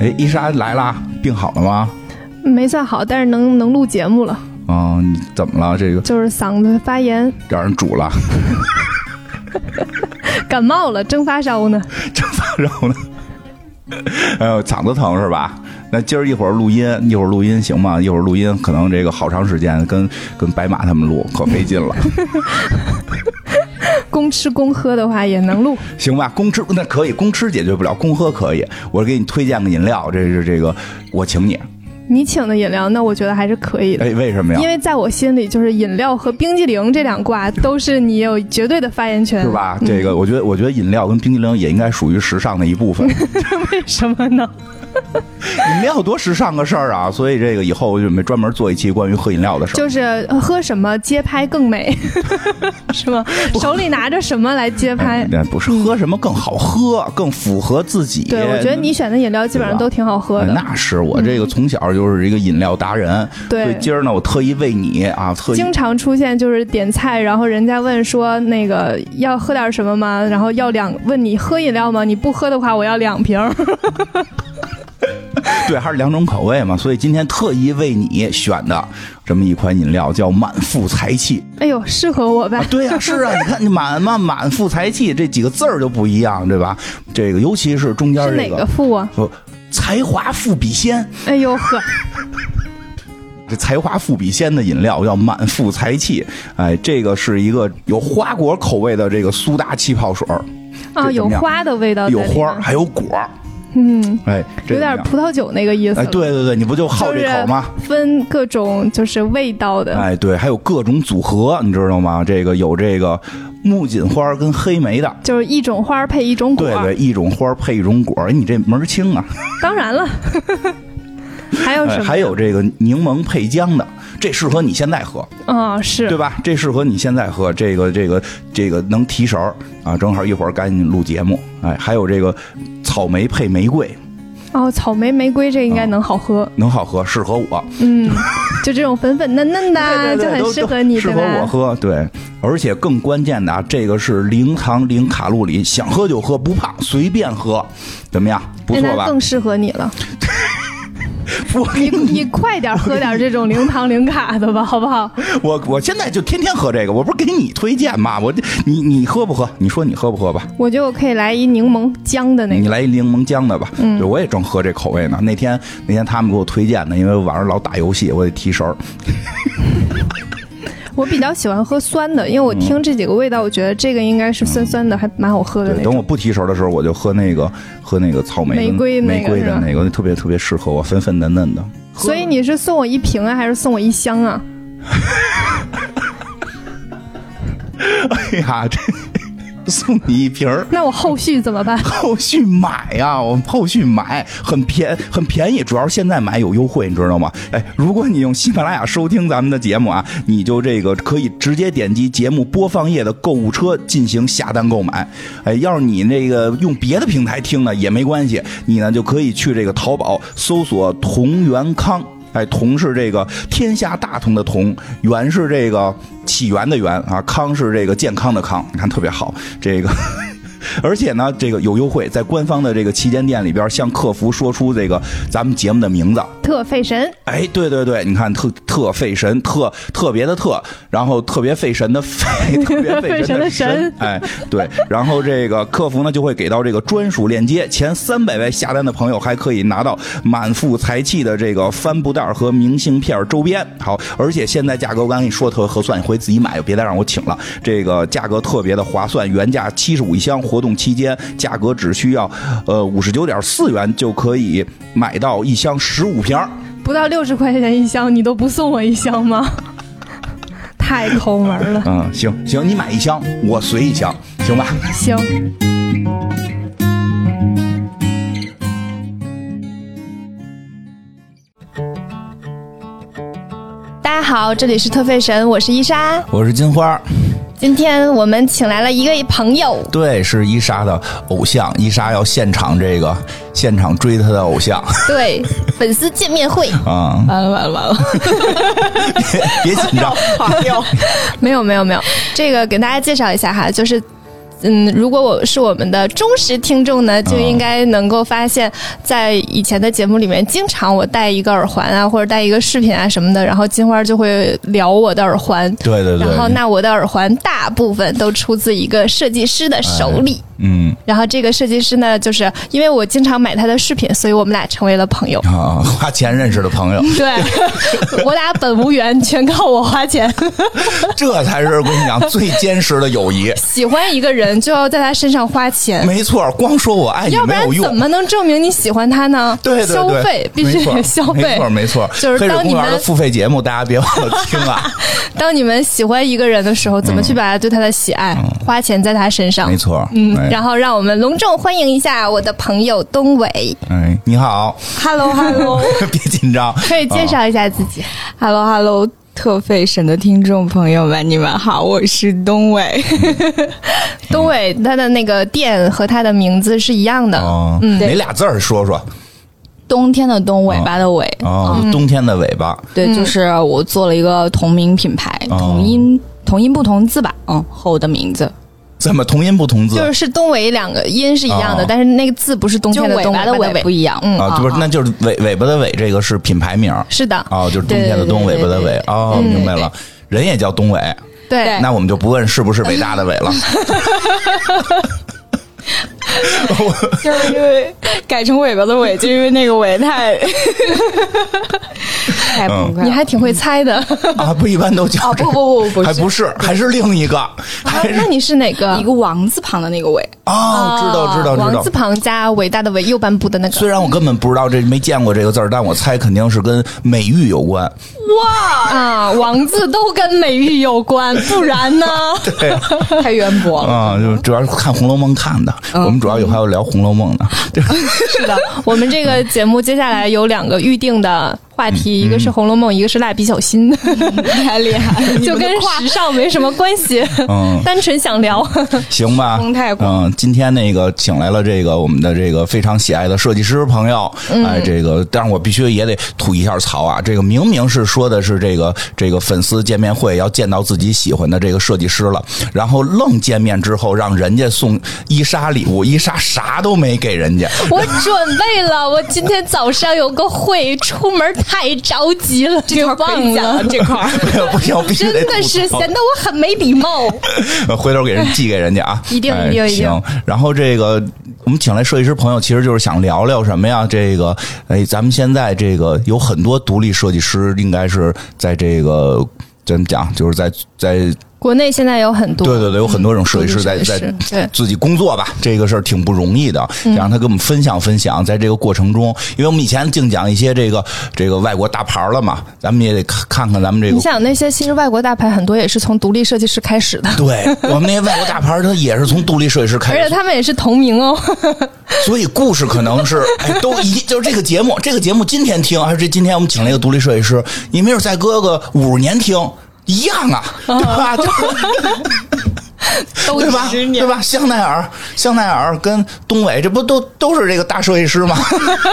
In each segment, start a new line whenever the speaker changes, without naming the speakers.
哎，伊莎来啦，病好了吗？
没算好，但是能能录节目了，
嗯，怎么了？这个
就是嗓子发炎，
让人煮了，
感冒了，正发烧呢。
然后呢？ 哎呦，嗓子疼是吧？那今儿一会儿录音，一会儿录音行吗？一会儿录音可能这个好长时间，跟跟白马他们录可费劲 了，
公吃公喝的话也能录，
行吧？公吃那可以，公吃解决不了，公喝可以。我给你推荐个饮料，这是这个我请你。
你请的饮料，那我觉得还是可以的。
哎，为什么呀
因？为在我心里，就是饮料和冰激凌这两挂都是你有绝对的发言权，
是吧？
嗯
这个我觉得，我觉得饮料跟冰激凌也应该属于时尚的一部分。
为 什么呢？
饮料多时尚个事儿啊，所以这个以后我准备专门做一期关于喝饮料的事儿。
就是喝什么街拍更美， 是吗？手里拿着什么来街 拍？
哎那不是喝什么更好喝，更符合自己。
嗯
哎
对，我觉得你选的饮料基本上都挺好喝的。嗯
那是我这个从小就是一个饮料达人，
对
所以今儿呢，我特意为你啊，特意
经常出现就是点菜，然后人家问说那个要喝点什么吗？然后要两问你喝饮料吗？你不喝的话，我要两瓶儿。
对，还是两种口味嘛，所以今天特意为你选的这么一款饮料叫满腹才 气。
哎呦，适合我吧？
对呀、是啊，你看你满嘛，满腹才气这几个字儿就不一样，对吧？这个尤其是中间
是
这
哪个富啊？
呃才华赋比仙，
哎呦呵，
这才华赋比仙的饮料叫满腹才气，哎，这个是一个有花果口味的这个苏打气泡水儿，
啊，
这怎
有
么样
花的味道，
有花儿，还有果儿，
嗯，
哎，这怎么
有点
样
葡萄酒那个意思
哎，
了。
对对对，你不就好这口吗？
分各种就是味道的，
哎，对，还有各种组合，你知道吗？这个有这个木槿花跟黑莓的，
就是一种花儿配一种果
对
儿。
对，一种花配一种果，哎，你这门儿清啊！
当然了， 还哦有什
哎，
么？
还有这个柠檬配姜的，这适合你现在喝，
啊、是
对吧？这适合你现在喝，这个这个这个能提神儿啊！正好一会儿赶紧录节目，哎，还有这个草莓配玫瑰，
哦，草莓玫瑰这应
哦
该能好喝，
能好喝，适合我。
嗯，就这种粉粉嫩嫩的啊，
对对对都
就很适
都
合你，
适
对
合我
吧？
喝。对，而且更关键的啊，这个是零糖零卡路里，想喝就喝，不胖，随便喝，怎么样？不
哎那
错
它
吧？
更适合你了，
我
你你快点喝点这种零糖零卡的吧，好不好？
我我现在就天天喝这个，我不是给你推荐吗？我这你你喝不喝？你说你喝不喝吧？
我觉得我可以来一柠檬姜的那
你
个，嗯
来一柠檬姜的吧。对，我也正喝这口味呢。那天那天他们给我推荐的，因为晚上老打游戏，我得提神儿。
我比较喜欢喝酸的，因为我听这几个味道，我觉得这个应该是酸酸的，还蛮好喝的
对，等
那种。
我不提神的时候，我就喝那个喝那个草莓
玫
跟
瑰那
玫
个
瑰
是
的
吧
那个，特别特别适合我，粉粉嫩嫩的。
所以你是送我一瓶啊，还是送我一箱啊？
哎呀，这 送你一瓶儿。
那我后续怎么办？
后续买呀、我们后续买很便很便宜，主要是现在买有优惠，你知道吗？哎，如果你用喜马拉雅收听咱们的节目啊，你就这个可以直接点击节目播放页的购物车进行下单购买。哎，要是你那个用别的平台听呢也没关系，你呢就可以去这个淘宝搜索“同源康”。哎，同是这个天下大同的同，源是这个起源的源啊，康是这个健康的康，你看特别好。这个而且呢，这个有优惠，在官方的这个旗舰店里边，向客服说出这个咱们节目的名字。
特费神，
哎，对对对，你看特特费神，特特别的特，然后特别费神的费，特别 费神的
费神的
神
神，
哎，对，然后这个客服呢就会给到这个专属链接，前三百位下单的朋友还可以拿到满腹才气的这个帆布袋和明信片周边。好，而且现在价格我刚才跟你说特合算，你回自己买，别再让我请了。这个价格特别的划算，原价七十五一箱，活动期间价格只需要呃五十九点四元就可以呃买到一箱十五瓶儿。
不到六十块钱一箱，你都不送我一箱吗？ 太抠门了。
嗯，行行，你买一箱，我随一箱，行吧？
行，
大家好，这里是特费神，我是伊莎。
我是金花，
今天我们请来了一个朋友，
对，是伊莎的偶像，伊莎要现场这个现场追她的偶像
对， 粉丝见面会。
啊、
完了完了完了，
别紧张，
朋友，没有没有没有，这个给大家介绍一下哈，就是。
嗯，如果我是我们的忠实听众呢，就应该能够发现，在以前的节目里面，经常我戴一个耳环啊，或者戴一个饰品啊什么的，然后金花就会聊我的耳环。
对对对，
然后那我的耳环大部分都出自一个设计师的手里，
嗯
然后这个设计师呢，就是因为我经常买他的饰品，所以我们俩成为了朋友。
啊，花钱认识的朋友，
对， 我俩本无缘，全靠我花钱。
这才是我跟你讲最坚实的友谊。
喜欢一个人就要在他身上花钱，
没错，光说我爱你
要不
没
然
有
怎
用。
么能证明你喜欢他呢？
对对对，
消费必须
没错
得消费
没错。没错。
就
黑
是
水
当
公
你
园
们
的付费节目，大家别忘了听啊。
当你们喜欢一个人的时候，怎么去表达对他的喜爱？花钱在他身上
嗯没。错，
嗯，
哎
然后让我们隆重欢迎一下我的朋友东伟。
哎，你好，
Hello Hello
别紧张，
可以介绍一下自己。
嗯
Hello Hello，特费神的听众朋友们，你们好，我是东伟。
东伟他的那个店和他的名字是一样的。
哦，哪俩字儿说说
冬天的冬，尾巴的尾，
哦，
嗯
冬天的尾巴，
对，就是我做了一个同名品牌，
哦
同音同音不同字吧，嗯，和我的名字，
怎么同音不同字
就是是东伟两个音是一样的，
哦
但是那个字不是冬
就
天的
尾
东
巴的
尾
尾不一样，嗯
啊？就不是，那就是尾尾巴的尾，这个是品牌名儿
是的，
哦，就是冬天的冬，
对嗯
尾
对
巴的尾
对对
哦，明白了，人也叫东伟，
哎嗯
对
那我们就不问是不是伟大的伟 了，
就是因为改成尾巴的尾，就因为那个尾 太太
嗯
不快
你还挺会猜的。
啊，不一般都叫
哦
这
不不不不
还
是啊
不是，还是另一个， 还是
啊那你是哪
一
个？啊
个王字旁的那个尾，啊
哦，知道知道知
王
道
字。旁加伟大的伟，右半部的那个
虽。然我根本不知道这没见过这个字儿，但我猜肯定是跟美育有 关。
啊，王字都跟美玉 有关，不然呢？
对啊，
太渊博了。
啊就主要是看《红楼梦》看的。
嗯
我们主要有还要聊《红楼 梦》呢。
是的，我们这个节目接下来有两个预定的话题，
嗯
一个是《红楼梦》，一个是《蜡笔小新》，
太 厉 害，
就跟时尚没什么关系，
嗯，
单纯想 聊。
行吧
风太。广
嗯，今天那个请来了这个我们的这个非常喜爱的设计师朋友，哎，这个但是我必须也得吐一下槽啊。这个明明是说的是这个这个粉丝见面会要见到自己喜欢的这个设计师了，然后愣见面之后让人家送伊莎礼物，伊莎啥都没给人家，
我准备了，我今天早上有个会，出门太着急了，给忘了。
这块儿。
没有不行，我必须
真
得
的
吐
是
槽
显得我很没礼貌。
呃 回头给人寄给人家啊，
一定
哎
一定一定
行，然后这个我们请来设计师朋友，其实就是想聊聊什么呀？这个，哎，咱们现在这个有很多独立设计师，应该是在这个怎么讲，就是在在
国内现在有很多
对对对，有很多种设计师在
嗯独立设
在嗯
计师对嗯
自己工作吧，这个事儿挺不容易的，想让他给我们分享分享，在这个过程中，因为我们以前净讲一些这个这个外国大牌了嘛，咱们也得看看看咱们这个
你想那些其实外国大牌很多也是从独立设计师开始的，
对我们那些外国大牌儿，他也是从独立设计师 开
而
始
且他们也是同名哦。
所以故事可能是，哎，都一就是这个节目，这个节目今天听，还是这今天我们请了一个独立设计师，你没准再搁个五十年听一样啊，对吧？
都
对吧？
十年
对吧？香奈儿、香奈儿跟东伟，这不都都是这个大设计师吗？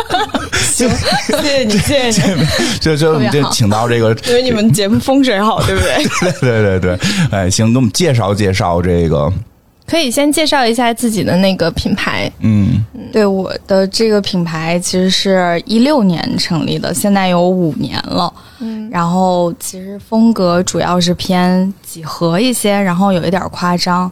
谢谢你，谢谢你，
就就
别好
就请到这个，
因为你们节目风水好，对不对？
对对对对，哎，行，给我们介绍介绍这个，
可以先介绍一下自己的那个品 牌，
嗯，
对，我的这个品牌其实是一六年成立的，现在有五年了。嗯，然后其实风格主要是偏几何一些，然后有一点夸张。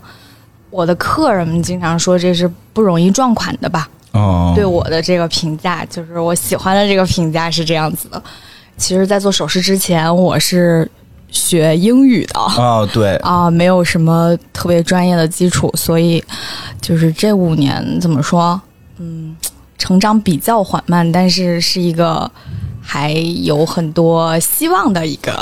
我的客人们经常说这是不容易撞款的吧？
哦，
对我的这个评价，就是我喜欢的这个评价是这样子的。其实，在做首饰之前，我是学英语的。
哦，对，
啊、没有什么特别专业的基础，所以就是这五年怎么说，嗯，成长比较缓慢，但是是一个还有很多希望的一个。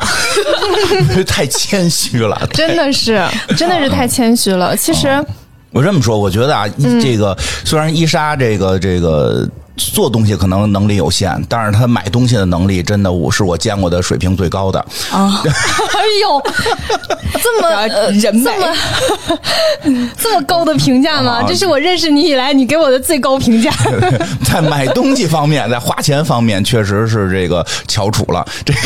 太谦虚了，
真的是，真的是太谦 虚了。其实，
哦我这么说，我觉得啊，
嗯
一这个虽然伊莎这个这个做东西可能能力有限，但是她买东西的能力真的我是我见过的水平最高 的。
哎呦，这 么呃
人美
这么这么 高的评价吗？
啊
这是我认识你以来你给我的最高评价。
在买东西方面，在花钱方面，确实是这个翘 楚了。这个，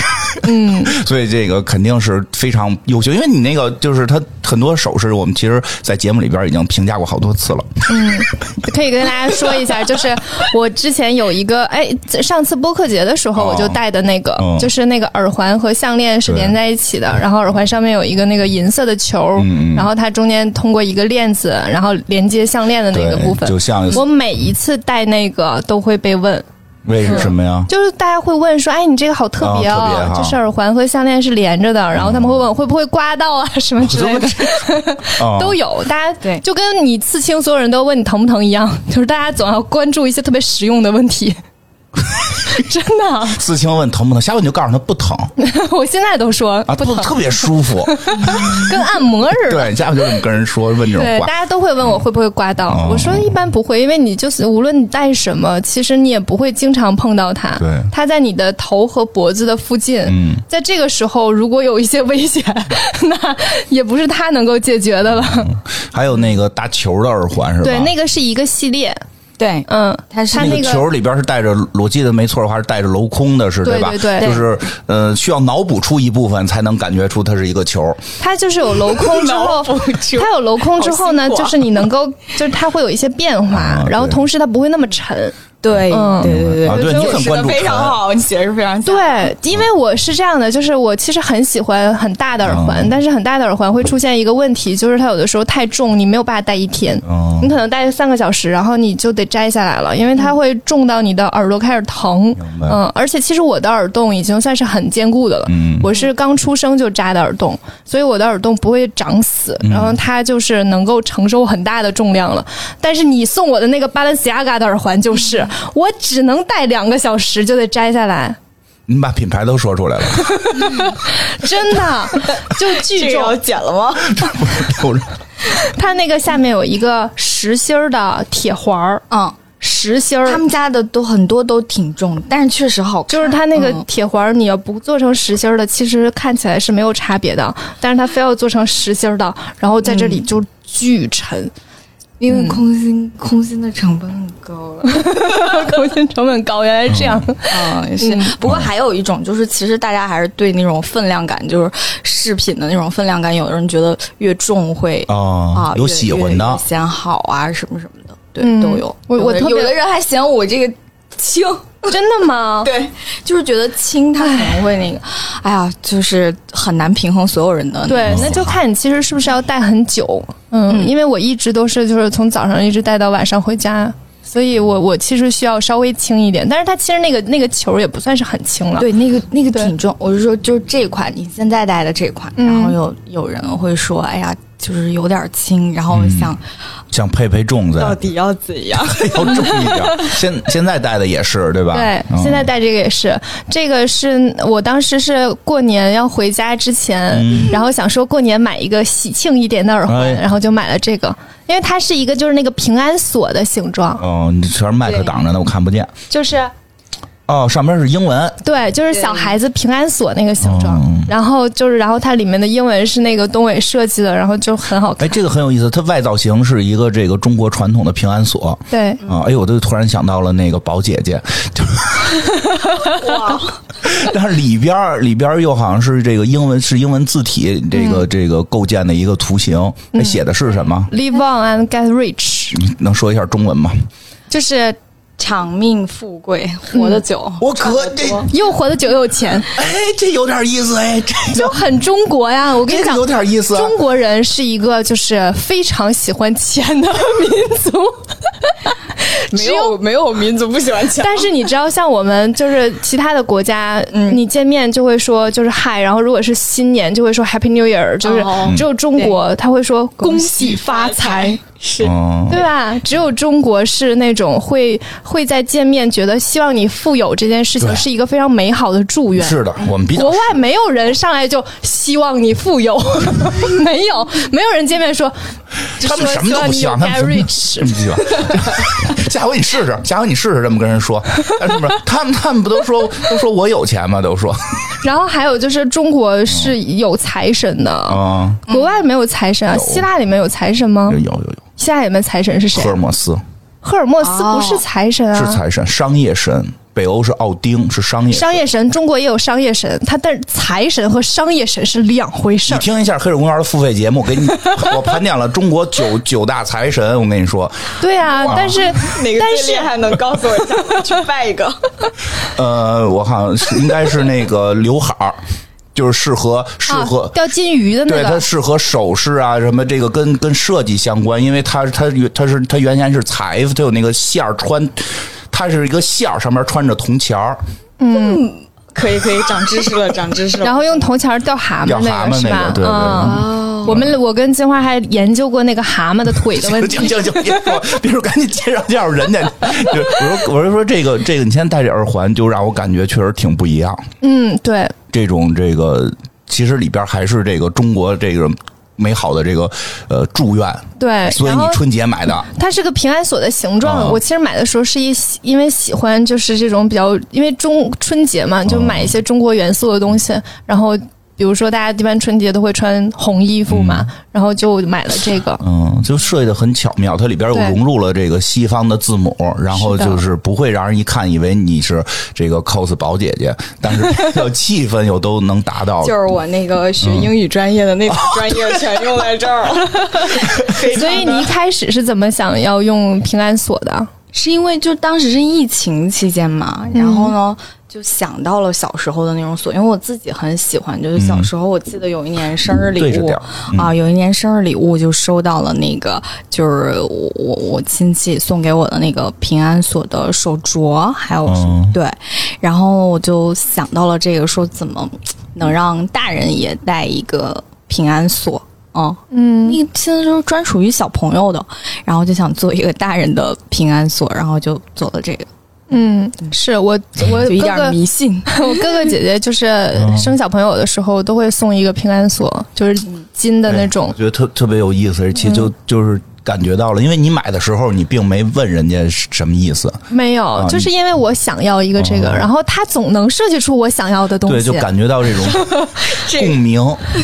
嗯，所以这个肯定是非常优秀，因为你那个就是他很多首饰我们其实，在节目里边已经评价过好多次了。
可以跟大家说 一下，就是我之前有一个，哎，上次播客节的时候
哦
我就戴的那个，
嗯
就是那个耳环和项链是连在一起的，然后耳环上面有一个那个银色的球，
嗯嗯
然后它中间通过一个链子，然后连接项链的那个部
对，
分
就。像
我每一次戴那个都会被问，
为什么呀？
就是大家会问说：“哎，你这个好特别
哦特别哈
哦，就是耳环和项链是连着的。”然后他们会问会不会刮到啊什么之类的。
啊
都有，大家
对
就跟你刺青，所有人都问你疼不疼一样， 就是大家总要关注一些特别实用的问 题。真的，
思清问疼不疼，下回你就告诉他不疼
我现在都说
啊，
不
不
疼，
特别舒 服。
跟 按摩似的。
对，下回就这么跟人说，问这种
对，
话
大。家都会问我会不会刮到，
哦
我说一般不会，因为你就是无论你戴什么，其实你也不会经常碰到它。
对
它在你的头和脖子的附近，
嗯
在这个时候如果有一些危险， 那也不是它能够解决的了。
还有那个大球的耳环是吧？
对，那个是一个系列，
对，
嗯，
它是
它
那
那
个
个
球里边是带着，我记得没错的话是带着镂空的是，
对
吧？
对对
就是呃，需要脑补出一部分才能感觉出它是一个球。
它就是有镂空之后
脑补，出
它有镂空之后呢，
好辛苦啊
就是你能够，就是它会有一些变化
啊，
然后
对
同时它不会那么沉。
对，
嗯
对对对
啊，对
所以
你
我
很
说
关
的
注
非常
唇
好，你写的非常像，
对，因为我是这样的，就是我其实很喜欢很大的耳环
啊
嗯，
但是很大的耳环会出现一个问题，就是它有的时候太重，你没有办法戴一天。
嗯
你可能戴三个小时，然后你就得摘下来了，因为它会重到你的耳朵开始疼
嗯白。
嗯，而且其实我的耳洞已经算是很坚固的了，
嗯
我是刚出生就扎的耳洞，所以我的耳洞不会长死，
嗯
然后它就是能够承受很大的重量了。但是你送我的那个 Balenciaga 的耳环，就是
嗯
我只能戴两个小时就得摘下来，
你把品牌都说出 来了，
真的就
这
巨
个
重
要。剪了吗？
有人
它那个下面有一个实心儿的铁环儿，
嗯，
实心儿
他。们家的都很多都挺重，但是确实好看，
就是它那个
嗯
铁环儿，你要不做成实心儿的，其实看起来是没有差别的，但是它非要做成实心儿的，然后在这里就巨沉，
因为空心空心的成本很高了。
空心成本高，原来是这样。
嗯，也是。不过还有一种就是，其实大家还是对那种分量感，就是饰品的那种分量感，有的人觉得越重会
啊
哦
啊，
有
越
喜欢
越越
的，
显好啊，什么什么的，对，
嗯
都有。
我我
有的
特别
有的人还嫌我这个轻，
真的吗？
对，就是觉得轻，他可能会那个，哎呀，就是很难平衡所有人的。
对，那就看你其实是不是要戴很久。嗯，因为我一直都是就是从早上一直戴到晚上回家，所以我我其实需要稍微轻一点，但是它其实那个那个球也不算是很轻了。
对，那个那个
对
挺重。我是说，就是这款你现在戴的这款，
嗯
然后有有人会说，哎呀，就是有点轻，然后
嗯
想、
想配配重在，
到底要怎样？
要重一点。 现现在戴的也是对吧？
对，
嗯
现在戴这个也是，这个是我当时是过年要回家之前，然后想说过年买一个喜庆一点的耳环，
嗯哎
然后就买了这个，因为它是一个就是那个平安锁的形状，
哦，你全是麦克挡着呢，我看不见。
就是
哦，上面是英文，
对，就是小孩子平安锁那个形状
嗯，
然后就是，然后它里面的英文是那个东伟设计的，然后就很好看。
哎，这个很有意思，它外造型是一个这个中国传统的平安锁
对，
啊。哎呦，我就突然想到了那个宝姐姐，
哇，
但是里边儿里边儿又好像是这个英文是英文字体这个、
嗯
这个构建的一个图形，它写的是什么？
Live on and get rich，
你能说一下中文吗？
就是
长命富贵，活得久。
我可这
又活得久又有 钱，
哎这有点意思哎，这
就很中国呀！我跟你
这
讲
个，有点意思啊。
中国人是一个就是非常喜欢钱的民 族。
没有没有民族不喜欢钱。
但是你知道，像我们就是其他的国家，嗯你见面就会说就是嗨，然后如果是新年就会说 Happy New Year，就是
哦
只有中国他会说恭喜发财，
是
嗯，
对吧？只有中国是那种会会在见面觉得希望你富有这件事情
对
是一个非常美好的祝愿。
是的，我们比较
国外没有人上来就希望你富有， 没有，没有人见面说，就
他们
说
什么都不希望，他
望你有
们
get
什么都
rich
不希望。 下回你试试，下回你试试这么跟人 说，是不是？他们他们不都说都说我有钱吗？都说
然后还有就是中国是有财神的，
啊，
国外没有财神啊。
有
希腊里面有财神吗
嗯有？有有有，
希腊里面财神是谁
赫？尔墨斯
哦
赫尔墨斯不是财神啊，
是财神，商业神，北欧是奥丁，是商业神。
商业神，中国也有商业神，它但是财神和商业神是两回事
你
儿。
听一下黑水公园的付费节目，给 你我盘点了中国九九大财神。我跟你说，
对啊，但是
哪个
但
最厉
是
害能告诉我一下，我去拜一个。
呃，我看是应该是那个刘海儿，就是适合适合、
啊、钓金鱼的那
对，它
个，
适合首饰啊，什么这个跟跟设计相关，因为它它它是它原先是裁缝，它有那个线儿穿，它是一个线儿上面穿着铜钱儿，
可以可以，长知识了，长知识了。
然后用铜钱儿钓蛤
钓
蟆
蛤
个
蟆
是
那
吧？
个，对对。
嗯。
哦
我们我跟金花还研究过那个蛤蟆的腿的问
行
题
行，行行，别说，别说，赶紧介绍介绍人家。就我说，我就说这个这个，你先戴这耳环，就让我感觉确实挺不一样。
嗯，对，
这种这个，其实里边还是这个中国这个美好的这个呃祝愿。
对
所以
然
你
后
春节买的，
它是个平安锁的形状。
啊
我其实买的时候是一喜因为喜欢就是这种比较，因为中春节嘛，就买一些中国元素的东西。然后比如说大家一般春节都会穿红衣服嘛，然后就买了这个。
嗯，就设计的很巧妙，它里边有
对
融入了这个西方的字母，然后
是的
就是不会让人一看以为你是这个 cos 宝姐姐，但是这气氛又都能达到。
就是我那个学英语专业 的那种专业全用在这儿 了，非常
所
的
以你一开始是怎么想要用平安锁的？
是因为就当时是疫情期间嘛，然后呢。就想到了小时候的那种锁，因为我自己很喜欢。就是小时候，我记得有一年生日
嗯对
礼
着
物
点儿
啊、有一年生日礼物就收到了那个，就是我我我亲戚送给我的那个平安锁的手镯，还有什么、
嗯
对，然后我就想到了这个，说怎么能让大人也带一个平安锁啊？
嗯，
那个现在就是专属于小朋友的，然后就想做一个大人的平安锁，然后就做了这个，
嗯，是我我
就一
呃哥
点
哥
迷信。
我哥哥姐姐就是生小朋友的时候都会送一个平安锁，就是金的那
我
种。嗯
觉得特特别有意思，而且就、就是感觉到了，因为你买的时候你并没问人家是什么意思，
没有
啊，
就是因为我想要一个这个，
哦
然后他总能设计出我想要的东
对，
西
就。感觉到这 种共鸣。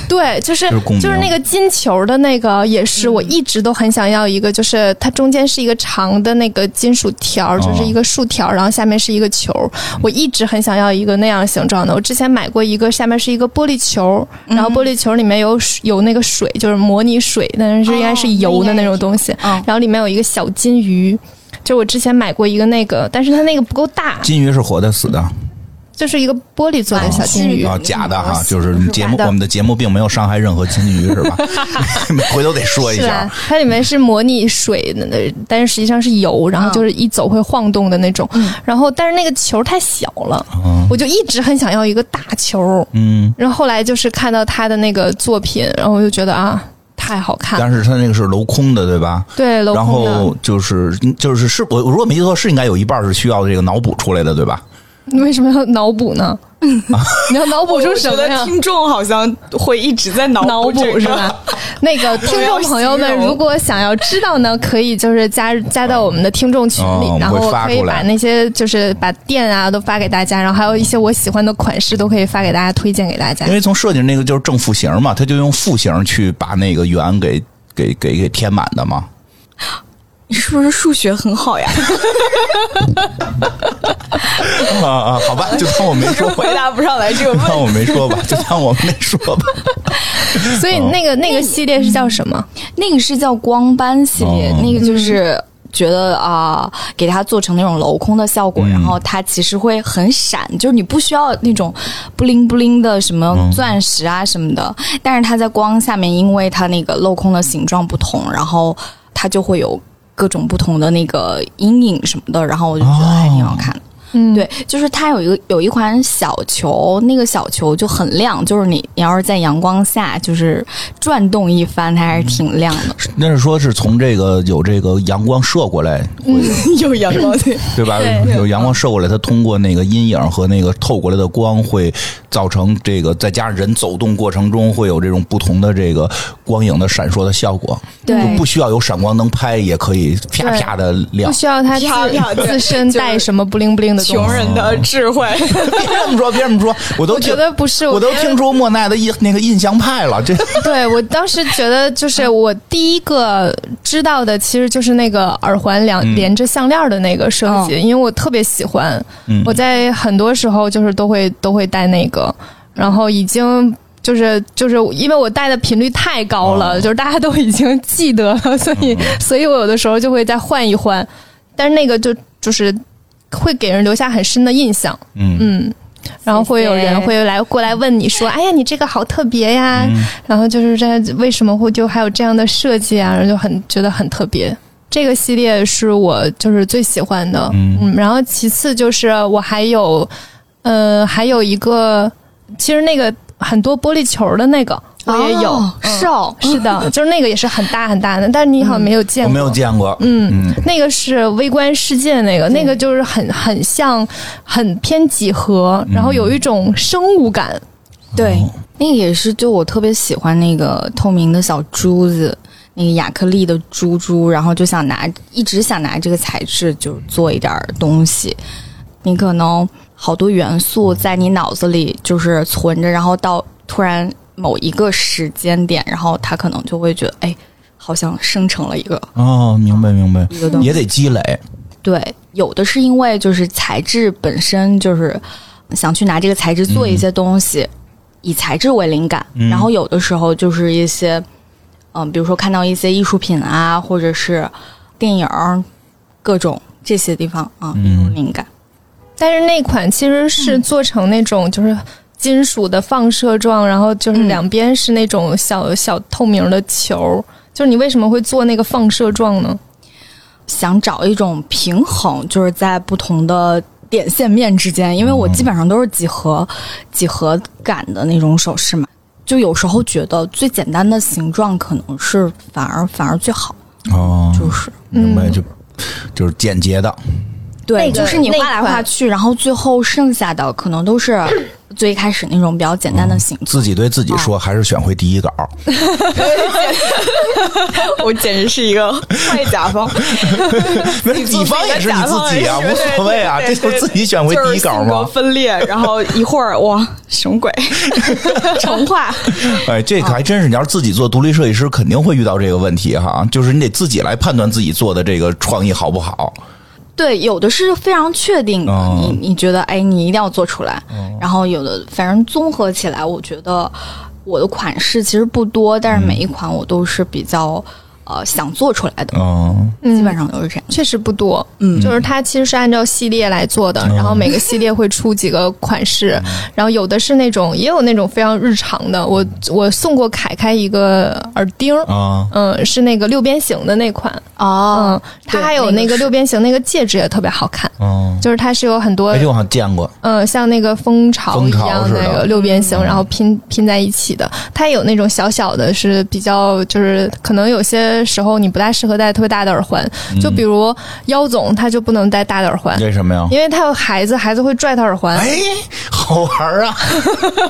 对，就是
就是共鸣嗯
就是那个金球的那个，也是我一直都很想要一个，就是它中间是一个长的那个金属条儿，
哦
就是一个竖条儿，然后下面是一个球儿。我一直很想要一个那样形状的。我之前买过一个，下面是一个玻璃球儿，
嗯
然后玻璃球儿里面有水有那个水，就是模拟水，但是应该是油的那种东西。
嗯，
然后里面有一个小金鱼，就我之前买过一个那个，但是它那个不够大，
金鱼是活的死的
就是一个玻璃做的小金鱼。嗯
啊，假的哈，就是节目
假的
我们的节目并没有伤害任何金鱼是 吧？回头得说一
是啊
下
吧。？它里面是模拟水的，但是实际上是油，然后就是一走会晃动的那种。然后，但是那个球太小了，
嗯
我就一直很想要一个大球。
嗯，
然后后来就是看到他的那个作品，然后我就觉得啊，太好看了。
但是它那个是镂空的对吧？
对，镂
然
空的
后就是就是是我我如果没记错，是应该有一半是需要这个脑补出来的，对吧？
你为什么要脑补 呢？你要脑补出什么呀？
众好像会一直 在脑
脑补是吧？那个听众朋友
我要
们，
形容
如果想要知道呢，可以就是加加到我们的听众群里，
哦
然后
我会
我
发
可以
出来
把那些就是把店啊都发给大家，然后还有一些我喜欢的款式都可以发给大家推荐给大家
因。为从设计那个就是正负形嘛，它就用负形去把那个圆给给给给填满的嘛。
你是不是数学很好呀？
啊啊，好吧，就当我 没说吧，
回答不上来这个
就当我没说吧，就当我没说吧。嗯
所以那个那个系列是叫什么？
那个是叫光斑系列，
哦
那个就是觉得啊、给它做成那种镂空的效果，
嗯
然后它其实会很闪，就是你不需要那种不灵不灵的什么钻石啊什么的，但是它在光下面，因为它那个镂空的形状不同，然后它就会有。各种不同的那个阴影什么的，然后我就觉得还挺好看的。
嗯，
对，就是它有一个有一款小球，那个小球就很亮，就是你你要是在阳光下就是转动一番，它还是挺亮的。
那是说是从这个有这个阳光射过来，
嗯
有阳光对，
对吧？有阳光射过来，它通过那个阴影和那个透过来的光，会造成这个，再加上人走动过程中会有这种不同的这个光影的闪烁的效果，
对
嗯
就不需要有闪光灯拍也可以啪
对
啪的亮
不。需要它
漂亮
自自身带什么不灵不灵定的东西。
穷人的呃智慧，
别这么说，别这么说，我都
我觉
听，
得不是，
我都
觉得
听出莫奈的印那个印象派了。这
对我当时觉得，就是我第一个知道的，其实就是那个耳环两、
嗯
连着项链的那个设计，因为我特别喜欢。
嗯
我在很多时候就是都会都会戴那个，然后已经。就是就是因为我戴的频率太高了，
哦
就是大家都已经记得了，所以、所以我有的时候就会再换一换，但是那个就就是会给人留下很深的印象。
嗯
嗯，然后会有人会来过来问你说：“哎呀，你这个好特别呀！”
嗯
然后就是这为什么会就还有这样的设计啊？然后就很觉得很特别。这个系列是我就是最喜欢的，
嗯
然后其次就是我还有，呃，还有一个，其实那个很多玻璃球的那个我也有，
哦
嗯
是哦，
是的，就是那个也是很大很大的，但是你好像没有见
我
过，
没有见过。
嗯
嗯，
那个是微观世界，那个那个就是很很像，很偏几何，
嗯
然后有一种生物感。
对，那个也是，就我特别喜欢那个透明的小珠子，那个亚克力的珠珠，然后就想拿，一直想拿这个材质就做一点儿东西。你可能好多元素在你脑子里就是存着，然后到突然某一个时间点，然后它可能就会觉得，哎，好像生成了一个
哦，明白明白，
一个东西。
也得积累。
对，有的是因为就是材质本身就是想去拿这个材质做一些东西，以材质为灵感，
嗯
然后有的时候就是一些，嗯、比如说看到一些艺术品啊，或者是电影儿各种这些地方啊，有
嗯
灵感。
但是那款其实
嗯
是做成那种就是金属的放射状，然后就是
嗯
两边是那种小小透明的球。就是你为什么会做那个放射状呢？
想找一种平衡，就是在不同的点线面之间，因为我基本上都是几何、
嗯
几何感的那种手势嘛。就有时候觉得最简单的形状可能是反而反而最好，
哦，
嗯
就是
明白就就是简洁的。
对，
那个
就是你
那
画来
款
画去，然后最后剩下的可能都是最一开始那种比较简单
嗯
的形状。
自己对自己说，还是选回第一稿。
我简直是一个坏甲方，
那 乙方也是你自己啊，
对
无
对
所谓啊，这
对对
就是自己选回第一稿嘛。
分裂，然后一会儿哇，什么鬼， 重画。
哎，这个还真是，你要是自己做独立设计师，肯定会遇到这个问题哈，就是你得自己来判断自己做的这个创意好不好。
对，有的是非常确定的，
哦
你你觉得哎，你一定要做出来。然后有的，反正综合起来，我觉得我的款式其实不多，但是每一款我都是比较呃想做出来的，
嗯，
基本上都是这样。
确实不多，
嗯哦
就是它其实是按照系列来做的，然后每个系列会出几个款式，然后有的是那种，也有那种非常日常的。我我送过凯凯一个耳钉儿，
啊，
嗯，是那个六边形的那款，嗯，
哦
它
对
还有
那个
那个
是哦
六边形那个戒指也特别好看，
嗯，
就是它是有很多
哎，这我好像见过。
嗯，像那个蜂巢
蜂
一
巢
样
似
那
的嗯
个六边形，然后拼拼在一起的。它有那种小小的，是比较就是可能有些时候你不大适合戴特别大的耳环，
嗯
就比如妖总他就不能戴大的耳环，
为什么呀？
因为他有孩子，孩子会拽他耳环。
哎，好玩啊！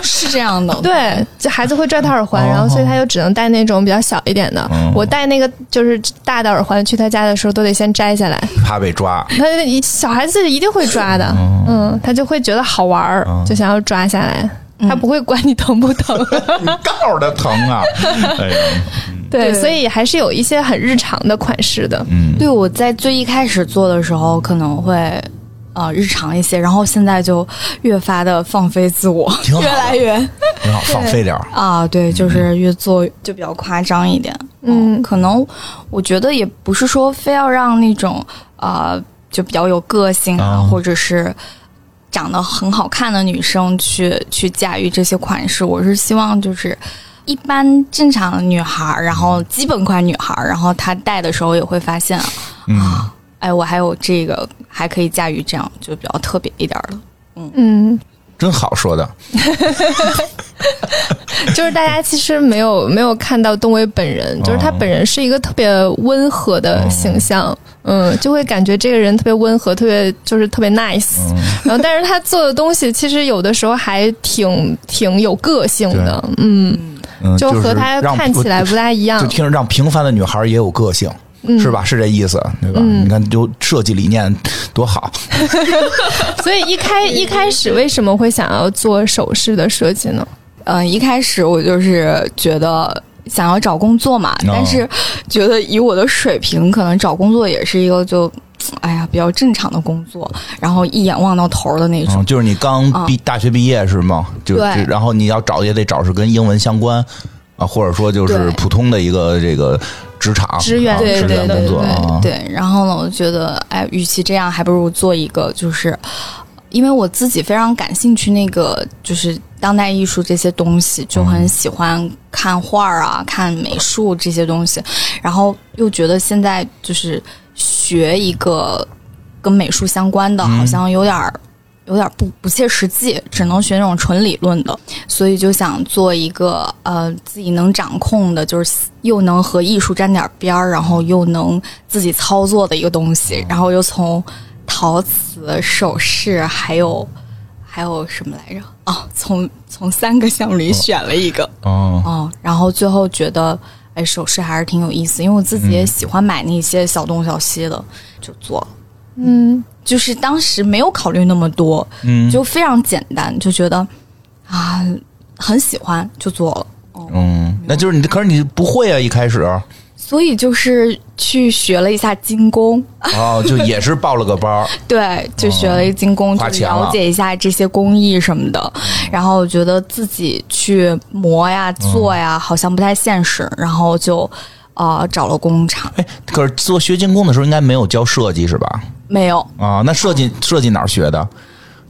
是这样的，
对，这孩子会拽他耳环，
哦
然后所以他就只能戴那种比较小一点的。
嗯
我戴那个就是大的耳环去他家的时候，都得先摘下来。
怕被抓。
他一小孩子一定会抓的，
哦
嗯，他就会觉得好玩儿，就想要抓下来。他不会管你疼不 疼，
你告诉他疼啊！哎呀，
对，
对
所以还是有一些很日常的款式的。
嗯，
对，我在最一开始做的时候可能会呃日常一些，然后现在就越发的放飞自我，
挺好的
越来越
挺好，放飞点儿。
啊，对，就是越做就比较夸张一点。
嗯
可能我觉得也不是说非要让那种啊、呃就比较有个性啊，
啊
或者是长得很好看的女生去去驾驭这些款式。我是希望就是。一般正常的女孩儿，然后基本款女孩儿，然后她戴的时候也会发现啊，
嗯，
哎，我还有这个还可以驾驭，这样就比较特别一点儿了。
嗯，
真好说的。
就是大家其实没有没有看到东伟本人，就是
哦
他本人是一个特别温和的形象，嗯，就会感觉这个人特别温和，特别就是特别 nice。
嗯，
然后，但是他做的东西其实有的时候还挺挺有个性的，嗯，
嗯
就和
是
他
让
看起来不大一样
就。听着让平凡的女孩也有个性。
嗯
是吧？是这意思，对吧？你看，就设计理念多好，
所以一开一开始为什么会想要做首饰的设计呢？
嗯，一开始我就是觉得想要找工作嘛，
哦
但是觉得以我的水平，可能找工作也是一个就，哎呀，比较正常的工作，然后一眼望到头儿的那种。
嗯，就是你刚毕、大学毕业是吗？就
对
就然后你要找也得找是跟英文相关啊，或者说就是
对
普通的一个这个职场
职员
啊
对
职
对
员
对
工
对
作啊，
对，然后呢，我觉得，哎，与其这样，还不如做一个，就是因为我自己非常感兴趣那个，就是当代艺术这些东西，就很喜欢看画儿啊、看美术这些东西，然后又觉得现在就是学一个跟美术相关的，
嗯
好像有点儿。有点儿不不切实际，只能学那种纯理论的，所以就想做一个呃自己能掌控的，就是又能和艺术沾点儿边儿，然后又能自己操作的一个东西，然后又从陶瓷、首饰，还有还有什么来着？哦，从从三个项目里选了一个，
哦
哦，然后最后觉得，哎，首饰还是挺有意思，因为我自己
嗯
也喜欢买那些小东小西的，就做了。
嗯，
就是当时没有考虑那么多，
嗯，
就非常简单，就觉得啊，很喜欢就做了。
嗯，那就是你，可是你不会啊，一开 始
所以就是去学了一下精工，
哦，就也是报了个班儿，
对，就学了一精工，
哦花
就是
钱了嗯
了解一下这些工艺什么的。然后我觉得自己去磨呀、做呀，好像不太现实，然后就呃找了工厂，
哎，可是做学精工的时候应该没有教设计是吧？
没有
啊，那设计设计哪儿学的？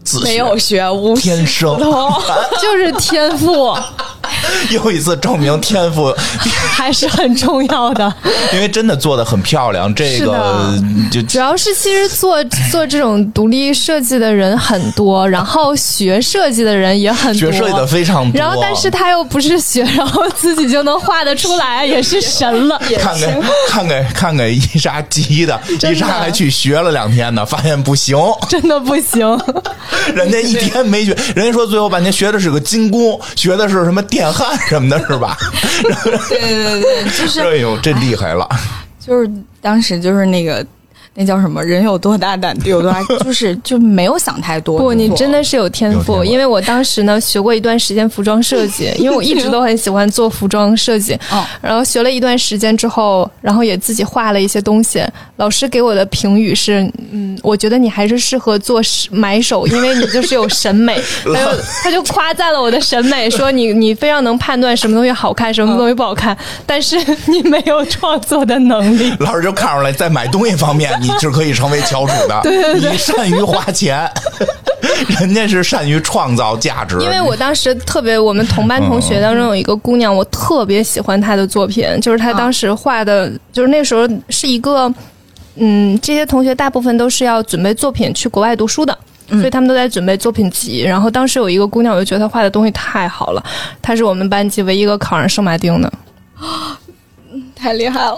自学
没有学无
天生，
哦就是天赋
又一次证明天赋，
还是很重要的。
因为真的做的很漂亮，这
是
个
的
就
主要是其实 做做这种独立设计的人很多，然后学设计的人也很多。
学设计的非常多。
然后，但是他又不是学， 然后自己就能画得出来，也是神了。
看 给看给看给伊莎急的，
真的
伊莎还去学了两天呢，发现不行，
真的不行，
人家一天没学，人家说最后半天学的是个金工，学的是什么电焊什么的，是吧？
对对对，就是
哎呦，这厉害了！
就是当时就是那个那叫什么，人有多 大胆地有多大，就是就没有想太多。
不，你真
的
的是有天
有天
赋，
赋
因为我当时呢学过一段时间服装设 计，因为我一直都很喜欢做服装设计，
哦
然后学了一段时间之后，然后也自己画了一些东西。老师给我的评语是，嗯，我觉得你还是适合做手买手，因为你就是有审 美。他就他就夸赞了我的审美，说你你非常能判断什么东西好看，什么东西不好看，但是你没有创作的能力。
老师就看出来，在买东西方面，你是可以成为翘楚的。你善于花钱，人家是善于创造价值。
因为我当时特别，我们同班同
嗯
学当中有一个姑娘，我特别喜欢她的作品，就是她当时画的，就是那时候是一个，嗯，这些同学大部分都是要准备作品去国外读书的。
嗯
所以他们都在准备作品集，然后当时有一个姑娘，我就觉得她画的东西太好了，她是我们班级唯一一个考上圣马丁的，
太厉害 了，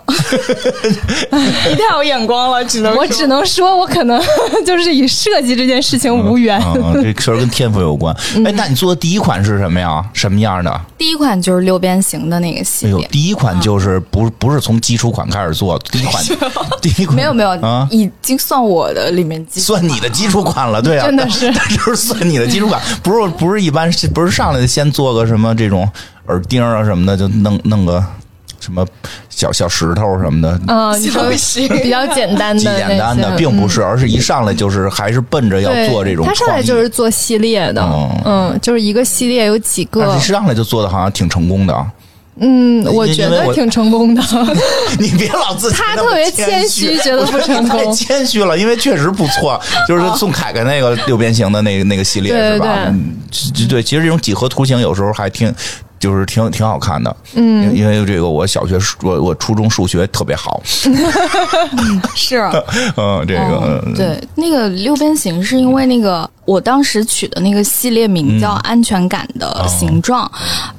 你太有眼光了，只能
我只能说，我可 能就是与设计这件事情无缘。
嗯，
嗯
这确实跟天赋有关。哎，那你做的第一款是什么呀？什么样的？
第一款就是六边形的那个系
哎呦
列，，
第一款就是不是不是从基础款开始做，第一 款 第一款
没有没有，
啊，
已经算我的里面基础
算你的基础款了，对啊，
真的是
但，但 就是算你的基础款，不是不是一般是不是上来先做个什么这种耳钉啊什么的，就弄弄个什么小小石头什么的，
嗯、你说比较简单
极
的那 些，嗯
简单的，并不是，而是一上来就是还是奔着要
对，
做这种
他
创意，
上来就是做系列的，
哦
嗯，就是一个系列有几
但
个，
啊是上来就做的好像挺成功的啊！
嗯，
因
我觉
因为
得
我
挺成 功的。
你别老自己
他
那么
特别
谦
谦虚觉得不成功哦
我觉得太谦虚了，因为确实不 错，就是宋凯凯那个六边形的那个那个系列
对
是吧
对？
嗯其对，其实这种几何图形有时候还挺。就是挺挺好看的，嗯，因为这个我小学数我我初中数学特别 好，
是。
嗯，这
哦
个、
嗯对，那个六边形是因为那个我当时取的那个系列名
嗯
叫《安全感的形
哦
状》，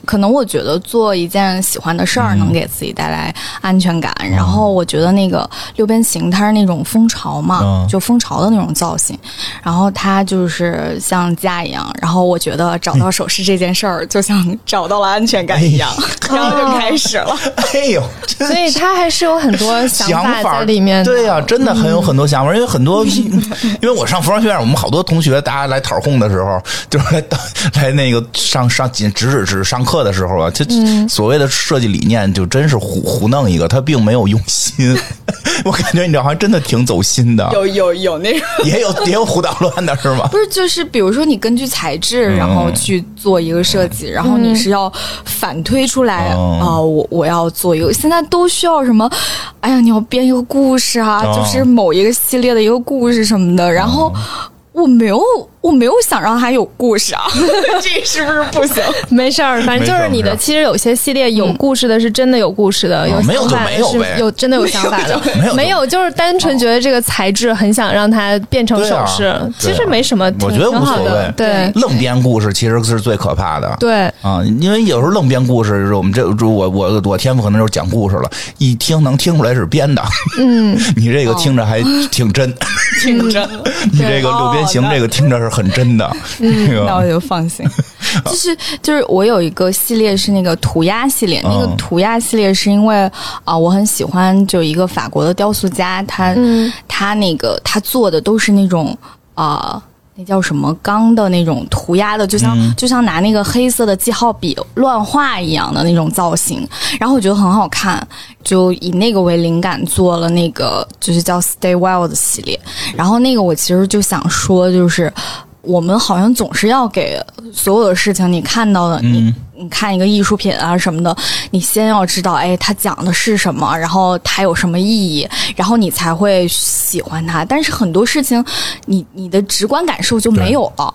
可能我觉得做一件喜欢的事
嗯
儿能给自己带来安全感，
哦
然后我觉得那个六边形它是那种蜂巢嘛，
嗯
就蜂巢的那种造型，然后它就是像家一样，然后我觉得找到首饰这件事儿就像找到了安全感一样，然后就开始了。
哎呦，真
所以他还是有很多
想
法
法
在里面的。
对呀、真的很有很多想法，因为很 多，因为我上服装学院，我们好多同学，大家来讨控的时候， 就是来来那个上上指指指上课的时候啊，就所谓的设计理念，就真是胡胡弄一个，他并没有用心。 我感觉你这好像真的挺走心
啊
的，
有有有那种，
也有也有胡捣乱的是吗？
不是就是比如说你根据材质，然后去做一个设计，然后你是要反推出来啊、
哦
我我要做一个，现在都需要什么？哎呀，你要编一个故事啊，
哦
就是某一个系列的一个故事什么的，然后。我没有，我没有想让它有故事啊， 这是不是不行？
没事儿，反正就是你
没事儿没事儿啊
的。其实有些系列有故事的是真的有故事的，有
没有
想
就
法的
没有
是
呗
有真的有想法的，
没有就
没有就是单纯觉得这个材质很想让它变成首饰，
对啊对啊
其实没什么，
我
挺
觉得
挺
无
好
所谓嗯
的，，对
愣编故事其实是最可怕的。
对。
啊，因为有时候愣编故事，我们这我我我天赋可能就是讲故事了，一听能听出来是编的。嗯， 你这个听
哦
着还挺真，
听着，
你这
哦
个六边形这个听着是很真的。这
那我
个
就放心。就是就是，我有一个系列是那个涂鸦系列，那个
嗯
涂鸦系列是因为啊、我很喜欢就一个法国的雕塑家，他、他那个他做的都是那种啊。那叫什么钢的那种涂鸦的，就像、就像拿那个黑色的记号笔乱画一样的那种造型，然后我觉得很好看，就以那个为灵感做了那个就是叫 Stay Wild 的系列。然后那个我其实就想说，就是我们好像总是要给所有的事情你看到的，你你看一个艺术品啊什么的，你先要知道，哎，它讲的是什么，然后它有什么意义，然后你才会喜欢它。但是很多事情，你你的直观感受就没有了。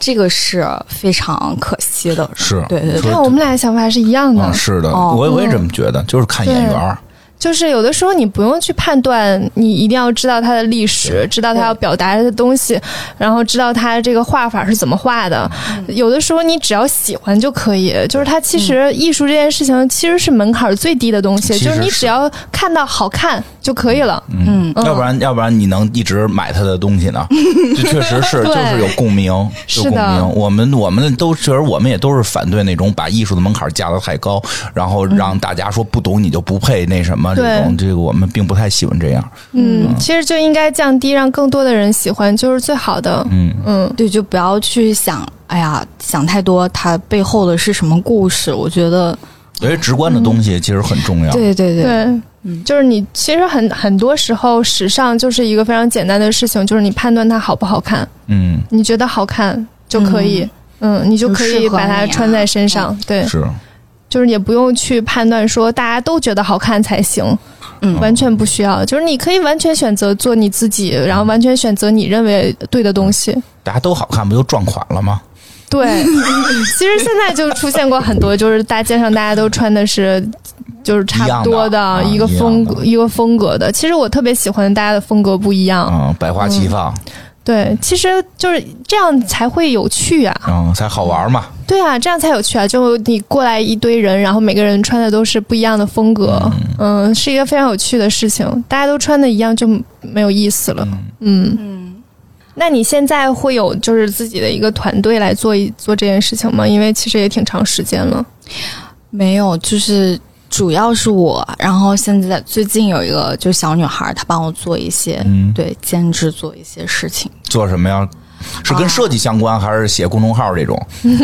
这个是非常可惜的，
是
对对
说
对，
看我们俩想法是一样的，
啊，是的，
哦
我我也这么觉得，就是看眼缘儿。
就是有的时候你不用去判断，你一定要知道它的历史，知道它要表达的东西，然后知道它这个画法是怎么画的。
嗯
有的时候你只要喜欢就可以，就是它其实艺术这件事情其实是门槛最低的东西，
嗯其实
就是你
是
只要看到好看就可以了。
嗯，要不然要不然你能一直买他的东西呢？这确实是，
对
就是有共鸣，有
是
共
的
鸣。我们我们都其实我们也都是反对那种把艺术的门槛架得太高，然后让大家说不懂你就不配那什么这种，这个我们并不太喜欢这样。
嗯，其实就应该降低，让更多的人喜欢，就是最好的。
嗯，
嗯，
对，就不要去想，哎呀，想太多，它背后的是什么故事？我觉得，
因为直观的东西其实很重要。
对对对，
对，就是你其实很很多时候，时尚就是一个非常简单的事情，就是你判断它好不好看。
嗯，
你觉得好看就可以，嗯你就可以把它穿在身上。对，
嗯是
就是也不用去判断说大家都觉得好看才行，
嗯
完全不需要。就是你可以完全选择做你自己，然后完全选择你认为对的东西。
大家都好看，不就撞款了吗？
对， 其实现在就出现过很多，就是大街上大家都穿的是。就是差不多的
一样的啊
一个风格
一样的
一个风格的，其实我特别喜欢大家的风格不一样，
嗯，百花齐放，
对，其实就是这样才会有趣啊。
嗯，才好玩嘛。
对啊，这样才有趣啊！就你过来一堆人，然后每个人穿的都是不一样的风格，嗯是一个非常有趣的事情。大家都穿的一样就没有意思了，嗯那你现在会有就是自己的一个团队来做一做这件事情吗？因为其实也挺长时间了，
没有，就是主要是我，然后现在最近有一个就是小女孩，她帮我做一些、
嗯，
对兼职做一些 事情，
做什么呀？是跟
啊
设计相关，还是写公众号这种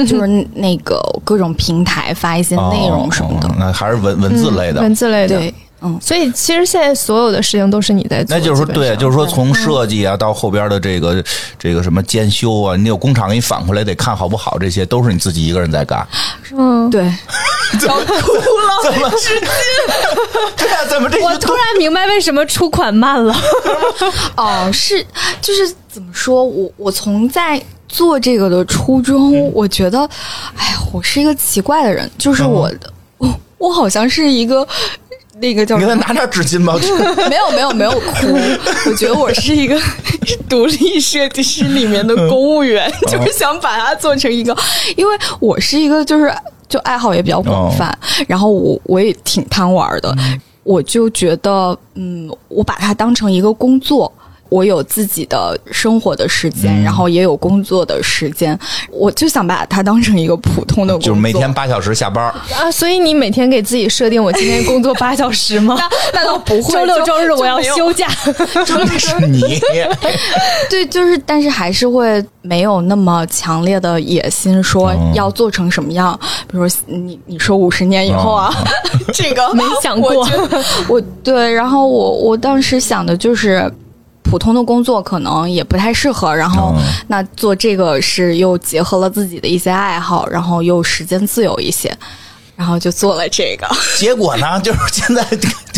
就是那个各种平台发一些内容什么的。
哦哦哦那还是文文字类的。
嗯文字类的。
对，嗯，
所以其实现在所有的事情都是你在做，
那就是说，
基本
对，
上
就是说，从设计啊到后边的这个这个什么监修啊，你有工厂给你反过来得看好不好，这些都是你自己一个人在干。
嗯，
对，要哭 了，
对啊，怎么这
我突然明白为什么出款慢了。
哦，是，就是怎么说，我我从在做这个的初
嗯
衷，我觉得，哎呀，我是一个奇怪的人，就是
哦
我，我我好像是一个那个叫
你
什
给他
么？
拿点纸巾吧，
没有没有没有哭，我觉得我是一个 独立设计师里面的公务员，
哦
就是想把它做成一个，因为我是一个就是就爱好也比较广泛，
哦
然后我我也嗯挺贪玩的，我就觉得嗯，我把它当成一个工作。我有自己的生活的时间，
嗯
然后也有工作的时间，我就想把它当成一个普通的工作，
就是每 天八小时下班儿，
啊，所以你每天给自己设定我今天工 作八小时吗？
那那倒不会，
周六
就
周日我要。
就没有
休假，
是你。
对，就是，但是还是会没有那么强烈的野心，说要做成什么样。比如说你你说五十年以后啊， 这个
没想过
我觉得 我对，然后我我当时想的就是。普通的工作可能也不太适合，然后
嗯
那做这个是又结合了自己的一些爱好，然后又时间自由一些，然后就做了这个。
结果呢，就是现在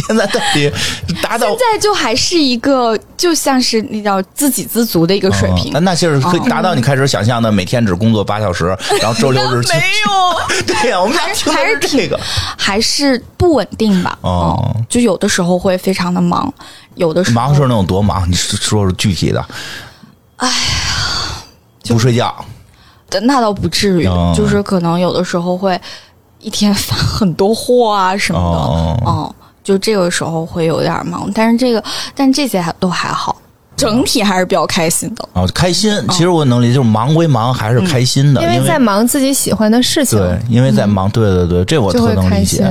现在到底达到
现在就还是一个就像是那叫自给自足的一个水平
嗯，那就是可以达到你开始想象的每天只工作八小时，然后周六日没有。 对呀，我们俩听的
还是
是这个。
还是不稳定吧。
哦
嗯，就有的时候会非常的忙，有的时候
忙是那种多忙，你说说说具体的。哎，不睡觉，
那倒不至于，
哦
就是可能有的时候会一天发很多货啊什么的。
哦
哦、就这个时候会有点忙，但是这个但这些还都还好，整体还是比较开心的。
啊，开心。其实我能理解，就是忙归忙，还是开心的，
哦嗯因为
为
在忙自己喜欢的事情，
对，因为在忙，对对对，这我
就
特
会
能
开
理解
心。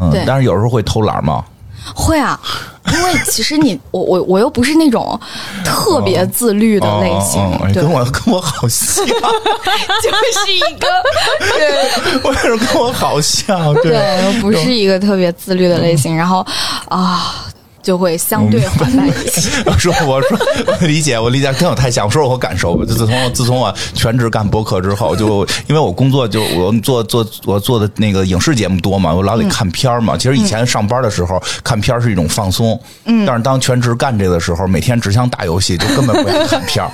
嗯
对，
但是有时候会偷懒嘛。
会啊，因为其实你 我我我又不是那种特别自律的类型，
哦哦哎
对，
跟我跟我好像，
就是一个
为什么跟我好 像？
对，我不是一个特别自律的类型，然后啊。就会相对缓慢一些。
我说我说我理解，我理解，跟我太像。我说我感受吧，就自从自从我全职干播客之后，就因为我工作就我做做我做的那个影视节目多嘛，我老得看片儿嘛。其实以前上班的时候看片儿是一种放松，嗯，但是当全职干这个的时候，每天只想打游戏，就根本不想看片儿。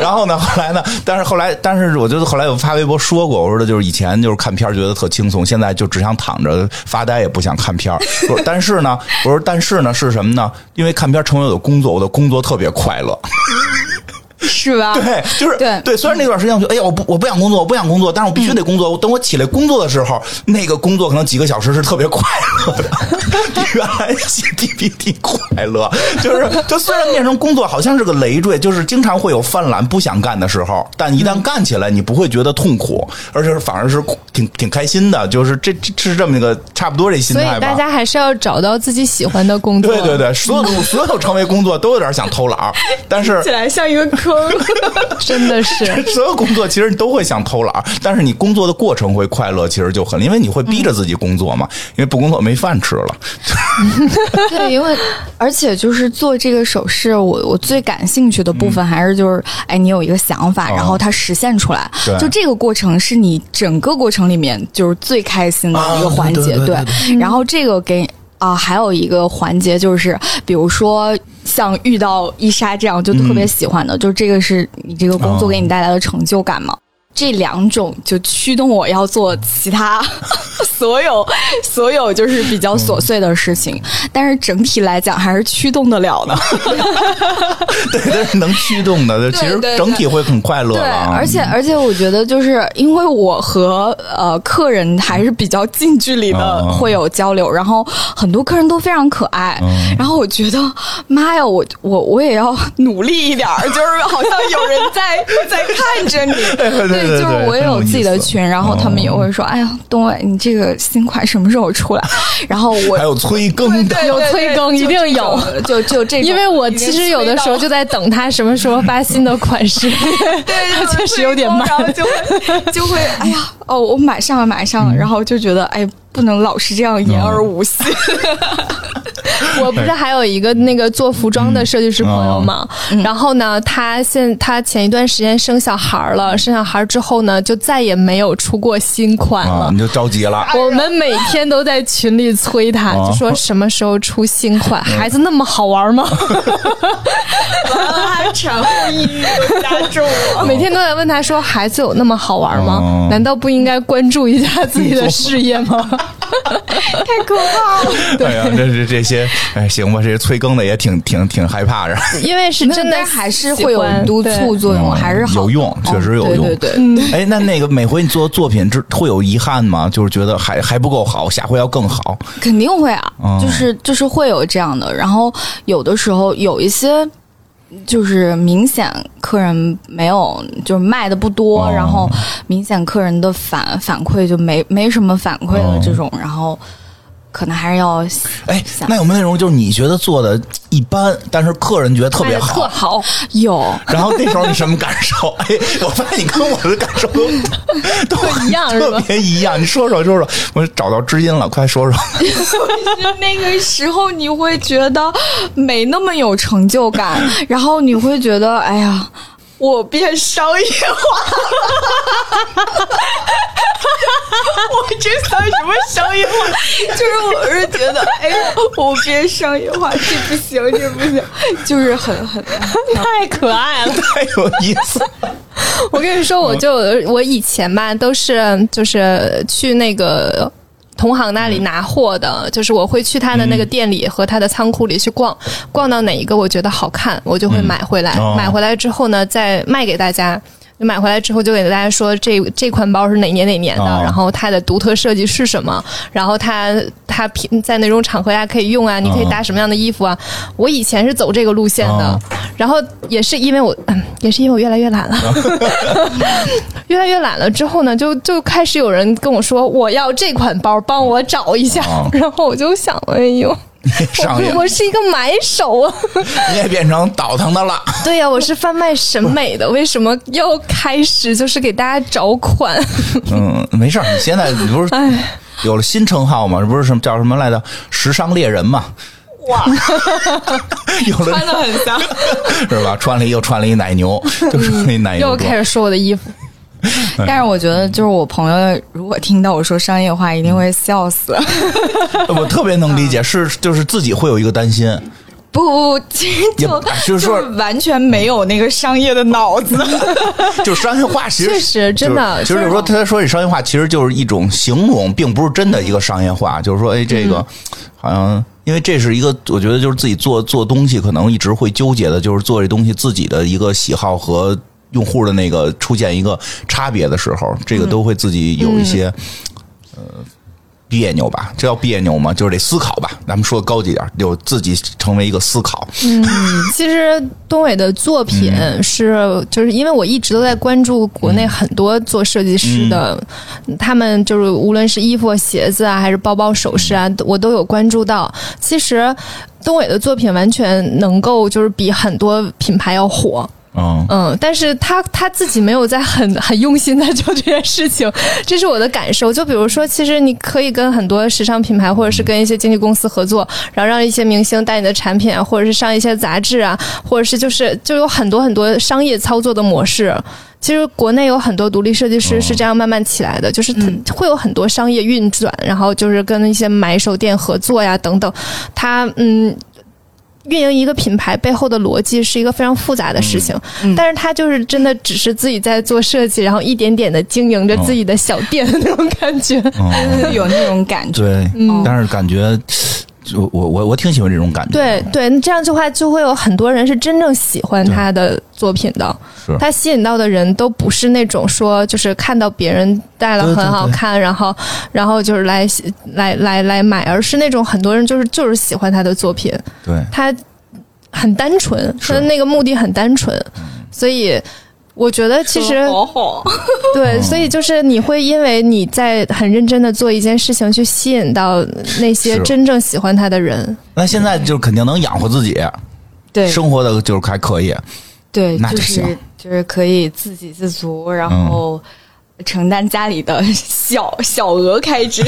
然后呢，后来呢，但是后来，但是我觉得后来我发微博说过，我说的就是以前就是看片儿觉得特轻松，现在就只想躺着发呆，也不想看片儿。我说，但是呢，我说但是呢是什么呢？因为看片儿成为我的工作，我的工作特别快乐。
是吧？
对，就是
对
对。虽然那段时间我觉得，哎呀，我不我不想工作，我不想工作，但是我必
嗯
须得工作。我等我起来工作的时候，那个工作可能几个小时是特别快乐的，比原来写 PPT 快乐。就是，就虽然变成工作好像是个累赘，就是经常会有犯懒不想干的时候，但一
嗯
旦干起来，你不会觉得痛苦，而且是反而是挺挺开心的。就是这这是这么一个差不多这心
所以
态吧。
大家还是要找到自己喜欢的工作。
对对对，所有所有成为工作都有点想偷懒儿，但是
起来像一个坑。
真的是。
所有工作其实你都会想偷懒儿，但是你工作的过程会快乐，其实就很，因为你会逼着自己工作嘛，
嗯
因为不工作没饭吃 了。
对，因为而且就是做这个手势，我我最感兴趣的部分还是就是，哎，你有一个想法，
嗯哦
然后它实现出来
对，
就这个过程是你整个过程里面就是最开心的一个环节。
啊对对对
然后这个给。啊、还有一个环节就是，比如说像遇到伊莎这样，就特别喜欢的，就这个是你这个工作
哦
给你带来的成就感嘛？这两种就驱动我要做其他 所有所有就是比较琐碎的事情，但是整体来讲还是驱动得了的。
对，但是能驱动的，其实
对对
整体会很快乐
对
了啊。，
而且而且我觉得就是因为我和呃客人还是比较近距离的
嗯
会有交流，然后很多客人都非常可爱，
嗯
然后我觉得妈呀，我我我也要努力一点儿，就是好像有人在 在看着你。
对对对对，
就是我也有自己的群，然后他们也
有。
会说：“哎呀，东伟，你这个新款什么时候出来？” 然后我
还有催更的，
对
有
对
催
对
更
就
一定有
就就这种，
因为我其实有的时候就在等他什么时候发新的 款式，
对，
确实有点慢
然后就会就会，哎呀，哦，我买上了，买上了，然后就觉得，哎，不能老是这样言而无信。
我不是还有一个那个做服装的设计师朋友吗？
嗯
然后呢，他现他前一段时间生小孩了，生小孩之后呢，就再也没有出过新款
啊
嗯
了，。
你就着急了。
我们每天都在群里催他，
哦
就说什么时候出新款？
嗯
孩子那么好玩吗？
产后抑郁又加重了。
哦每天都在问他说：“孩子有那么好玩吗
哦？
难道不应该关注一下自己的事业吗？”太可怕了！
哎呀，这这这些，哎，行吧，这些催更的也挺挺挺害怕着。
因为是真的
但还是会有
喜欢
督
对
促作用，
嗯
还是好
有用
哦
确实有用
对对对，
嗯，
哎，那那个每回你做作品之会有遗憾吗？就是觉得还还不够好，下回要更好。
肯定会啊
哦，
就是就是会有这样的。然后有的时候有一些就是明显客人没有，就是卖的不多，
哦
然后明显客人的反反馈就没没什么反馈
哦
了这种，然后可能还是要
哎，
想
那有没有那种就是你觉得做的一般，但是客人觉得特别
特
好？
好有。
然后那时候你什么感受？哎，我发现你跟我的感受 都都
一样是
特
吧
别一样。你说说说说，我找到知音了，快说说。
那个时候你会觉得没那么有成就 感，然后你会觉得，哎呀，我变商业化了。 我这算什么商业化？就是我是觉得，哎呀，我变商业化，这不行，这不行，就是很很
太可爱了。
太有意思了，
我跟你
嗯
说，我就呃我以前吧，都是就是去那个。同行那里拿货
嗯
的，就是我会去他的那个店里和他的仓库里去逛，逛到哪一个我觉得好看，我就会买回来。
嗯哦
买回来之后呢，再卖给大家。就买回来之后就给大家说这这款包是哪年哪年的，
哦
然后它的独特设计是什么，然后它它平在哪种场合下可以用
嗯
啊，你可以搭什么样的衣服啊。我以前是走这个路线的，
哦
然后也是因为我，嗯也是因为我越来越懒了。 越来越懒了之后呢，就就开始有人跟我说我要这款包，帮我找一下。
哦
然后我就想，哎呦，
上瘾
我，我是一个买手啊。
你也变成倒腾的了。
对呀、我是贩卖审美的，为什么要开始就是给大家找款？
嗯，没事儿，你现在你不是
哎
有了新称号吗？这不是什么叫什么来着？时尚猎人嘛。哇，有了
的很像。
是吧？穿了一又穿了一奶牛，就是那奶牛
又
装。
开始说我的衣服，
但是我觉得，就是我朋友如果听到我说商业化，一定会笑死。
呃我特别能理解，是就是自己会有一个担心，
不，其实
也
就
就是说
就完全没有那个商业的脑子。
就商业化其实
确实真的
就是就是说他说起商业化，其实就是一种形容，并不是真的一个商业
嗯
化。就是说，哎，这个、好像因为这是一个，我觉得就是自己做做东西，可能一直会纠结的，就是做这东西自己的一个喜好和用户的那个出现一个差别的时候，这个
嗯
都会自己有一些、呃。别扭吧，这叫别扭吗？就是得思考吧。咱们说高级点儿，有自己成为一个思考。
其实东伟的作品是，就是因为我一直都在关注国内很多做设计师的，他们就是无论是衣服、鞋子啊，还是包包、首饰啊，我都有关注到。其实东伟的作品完全能够就是比很多品牌要火。
嗯，
嗯，但是他他自己没有在很 很用心的做这件事情， 这是我的感受。就比如说，其实你可以跟很多时尚品牌，或者是跟一些经纪公司合作，然后让一些明星带你的产品啊，或者是上一些杂志啊，或者是就是就有很多很多商业操作的模式。其实国内有很多独立设计师是这样慢慢起来的，就是他会有很多商业运转，然后就是跟一些买手店合作呀等等。他嗯，运营一个品牌背后的逻辑是一个非常复杂的事情，但是他就是真的只是自己在做设计，然后一点点的经营着自己的小店的那种感觉。
就是有那种感
嗯
觉。
对，
嗯
但是感觉，就我我我挺喜欢这种感觉。
对对，那这样的话就会有很多人是真正喜欢他的作品的
是，
他吸引到的人都不是那种说就是看到别人戴了
对对
很好
对
看，然后然后就是来来来来买，而是那种很多人就是就是喜欢他的作品，
对，
他很单纯，
是嗯
他的那个目的很单纯，所以我觉得其实
好好，啊
嗯
对，所以就是你会因为你在很认真的做一件事情，去吸引到那些
是
真正喜欢他的人。
那现在就是肯定能养活自己，
对
生活的就是还可以。
对，
那
就
就是行
就是可以自给自足，然后承担家里的小小额开支。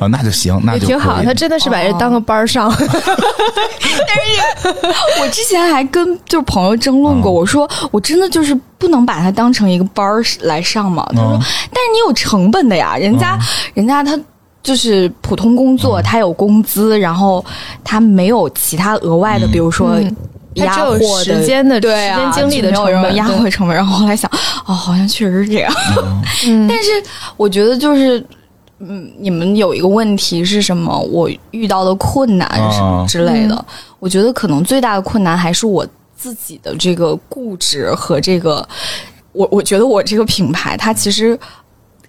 啊，那就行，那
也
就
挺好
可，以
他真的是把
哦
这当个班儿上，
我之前还跟就是朋友争论过，
嗯
我说我真的就是不能把它当成一个班儿来上嘛。他说，
嗯
但是你有成本的呀，人家、人家他。就是普通工作，他有工资，然后他没有其他额外的，
嗯
比如说
嗯
压
他
货
只有
的
时间的
对啊
时间精力的
就没有
成本
人压
对
货成本。然后后来想，哦，好像确实是这样。
嗯，
但是我觉得就是，嗯，你们有一个问题是什么？我遇到的困难
啊
什么之类的，
嗯
我觉得可能最大的困难还是我自己的这个固执和这个，我我觉得我这个品牌它其实。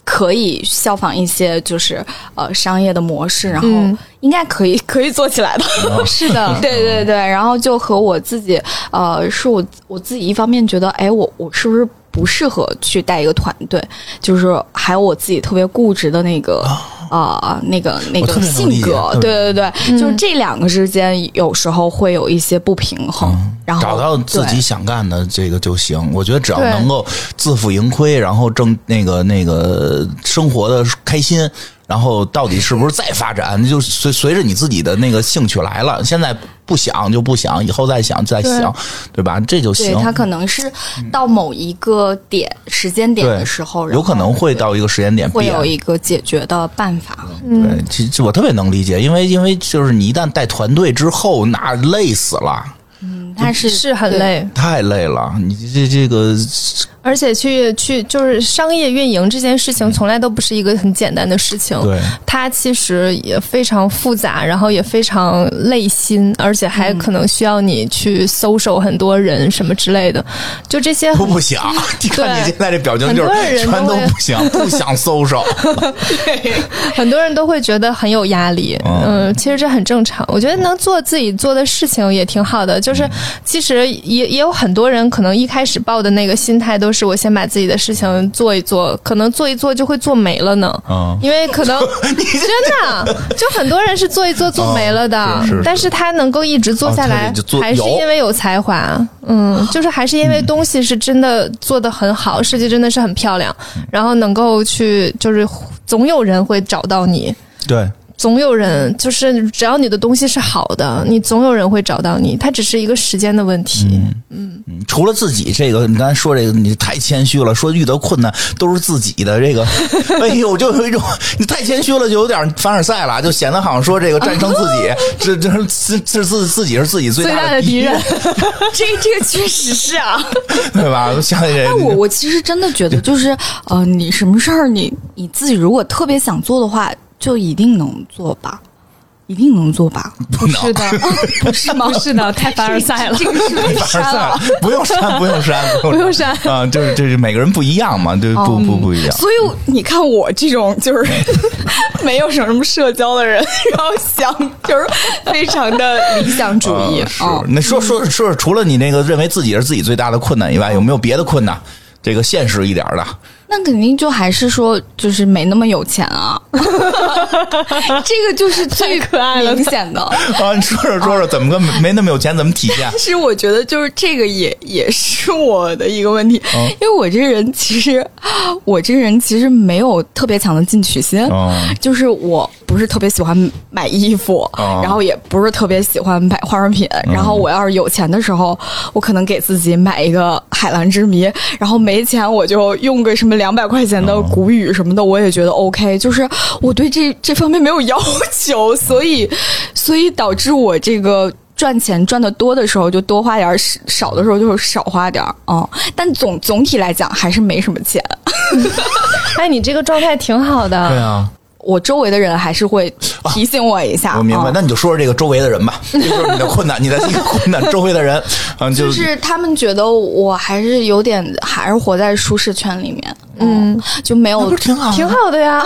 可以效仿一些就是呃商业的模式，然后
嗯
应该可以可以做起来的。
是的，
对对对，然后就和我自己，呃，是我我自己一方面觉得，哎，我我是不是不适合去带一个团队？就是还有我自己特别固执的那个啊、那个那
我哦特别啊能
个
理
性
解
格
特，别
对对对，
嗯
就是这两个之间有时候会有一些不平衡，然后
嗯找到自己
对
想干的这个就行。我觉得只要
对
能够自负盈亏，然后挣那个那个生活的开心，然后到底是不是再发展，就随随着你自己的那个兴趣来了。现在不想就不想，以后再想再想，对吧？这就
对
行。
他可能是到某一个点、时间点
对
的时候，然
有可能
后
会到一个时间点
会
变
有一个解决的办法。
嗯
对，其实我特别能理解，因为因为就是你一旦带团队之后，那累死了，
嗯，但是
是很累，
太累了。你这这个
而且去去就是商业运营这件事情，从来都不是一个很简单的事情。
对
它其实也非常复杂，然后也非常累心，而且
嗯
还可能需要你去搜手很多人什么之类的，就这些
都不 想。你看你
对
现在这表情，
很
就
多
是
人
全
都
都
会
不想，不想搜 手。
很多人都会觉得很有压力，
嗯
嗯，其实这很正常。我觉得能做自己做的事情也挺好的，就是
嗯
其实也也有很多人可能一开始抱的那个心态都是我先把自己的事情做一做，可能做一做就会做没了呢。
嗯
因为可能 真的，就很多人是做一做做没了的，
啊是是是
但是他能够一直做下
哦
来
对就，做
还是
有
因为有才华，嗯，就是还是因为东西是真的做的很好，设计真的是很漂亮，然后能够去就是总有人会找到你，
对，
总有人就是只要你的东西是好的，你总有人会找到你，它只是一个时间的问题。
嗯除了自己这个，你刚才说这个，你太谦虚了。说遇到困难都是自己的 这个，哎呦，就有一种你太谦虚了，就有点凡尔赛了，就显得好像说这个战胜自 己，这这是自自自己是自己最
最
大
大的敌人，
这这个确实是啊。
对吧？像这
但我我其实真的觉 得，就是呃，你什么事儿，你你自己如果特别想做的话，就一定能做吧，一定能做 吧。
不能
是的，不是吗？不是的，太凡尔赛了。
凡尔赛了，不用 删，不用删，不用删哦啊！就是就是每个人不一样嘛，对，不不不一样。
所以你看我这种就是 没有什么社交的人，然后想就是非常的理想主义
嗯是
啊，，
那说说说说，除了你那个认为自己是自己最大的困难以外，有没有别的困难？这个现实一点的，
那肯定就还是说就是没那么有钱 啊，这个就是最可爱明显的。
啊，你说说说说，怎么个没没那么有钱，怎么体 现？
其实我觉得 就是这个也也是我的一个问题，因为我这个人其实我这个人其实没有特别强的进取心，
哦
就是我不是特别喜欢买衣服，
哦
然后也不是特别喜欢买化妆品，然后我要是有钱的时候，我可能给自己买一个海蓝之谜，然后没钱我就用个什么两百块钱的古语什么的，我也觉得 OK，就是我对这这方面没有要求， 所以所以导致我这个。赚钱赚的多的时候就多花点儿，少少的时候就少花点儿，嗯，但总总体来讲还是没什么钱。
哎，你这个状态挺好的，
啊，
我周围的人还是会提醒我一下。
我明白。
嗯
那你就说说这个周围的人 吧，这就是你的困难，你的一个困难，周围的人，嗯，就
就是他们觉得我还是有点，还是活在舒适圈里面，嗯，就没有
不是挺好吗，
挺好的呀。啊，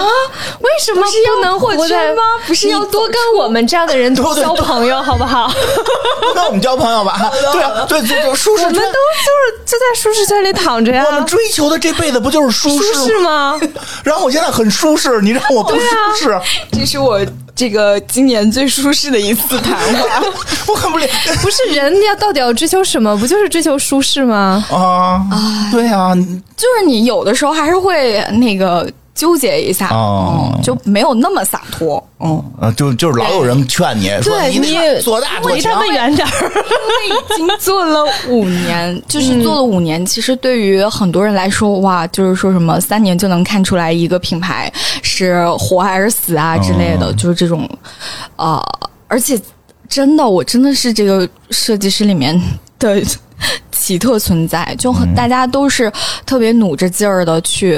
为什么
要
不能
破
活
圈
在
吗不是
你
要
多
走
跟我们这样的人
对 对
交朋友，好不 好？
跟我们交朋友吧？对啊，对，就就舒适
我们
圈
都。就是就在舒适圈里躺着呀
我，们追求的这辈子不就是舒适
舒适吗？
然后我现在很舒适，你让我不舒适，
这是我这个今年最舒适的一次谈话。
我很不理
啊不是人要到底要追求什么？不就是追求舒适吗？
啊对啊，你
就是你有的时候还是会那个纠结一下，
哦
嗯，就没有那么洒脱，嗯。
啊，就就是老有人劝你说
对
你得
你
做大做
离他
强
们，远点儿。
已经 做了五年，就是做了五年。其实对于很多人来说，哇，就是说什么三年就能看出来一个品牌是活还是死啊之类
哦
的，就是这种，呃，而且真的，我真的是这个设计师里面的奇特存在，就很大家都是特别努着劲儿的去，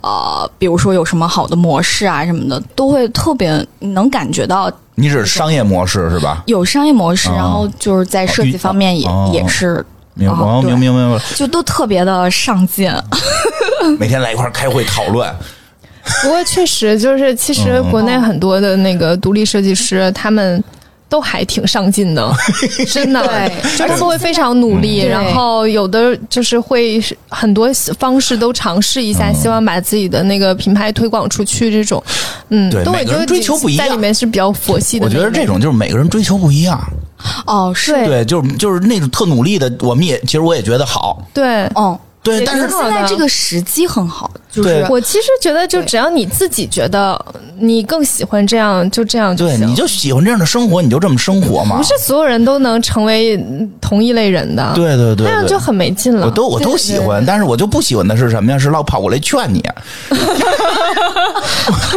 呃，比如说有什么好的模式啊什么的，都会特别你能感觉到
你只是商业模式是吧？
有商业模式，
哦
然后就是在设计方面也、
哦
也是。
明白，
哦
明
对
明明白了，
就都特别的上进，
每天来一块儿开会讨论，
不过确实就是，其实国内很多的那个独立设计师，他们。都还挺上 进的，真的，
对
就是他们会非常努力，
嗯
然后有的就是会是很多方式都尝试一
嗯
下，希望把自己的那个品牌推广出去。这种，嗯，
对
都
每
我
个
觉得
人追求不一样
在里面是比较佛系的
我
那
觉
种。
得这种就是每个人追求不一样，
哦，是，
对，就是就是那种特努力的，我们也其实我也觉得好，
对，
哦，
对，
也
但
挺
是
好
现
的
在这个时机很好，就是
对
我其实觉得，就只要你自己觉得你更喜欢这样，就这样就
对
行。
你就喜欢这样的生活，你就这么生活嘛，
不是所有人都能成为嗯同一类人的，
对对对
那样
对
就很没劲了。
我都我都喜欢，但是我就不喜欢的是什么呀？是老跑过来劝 你，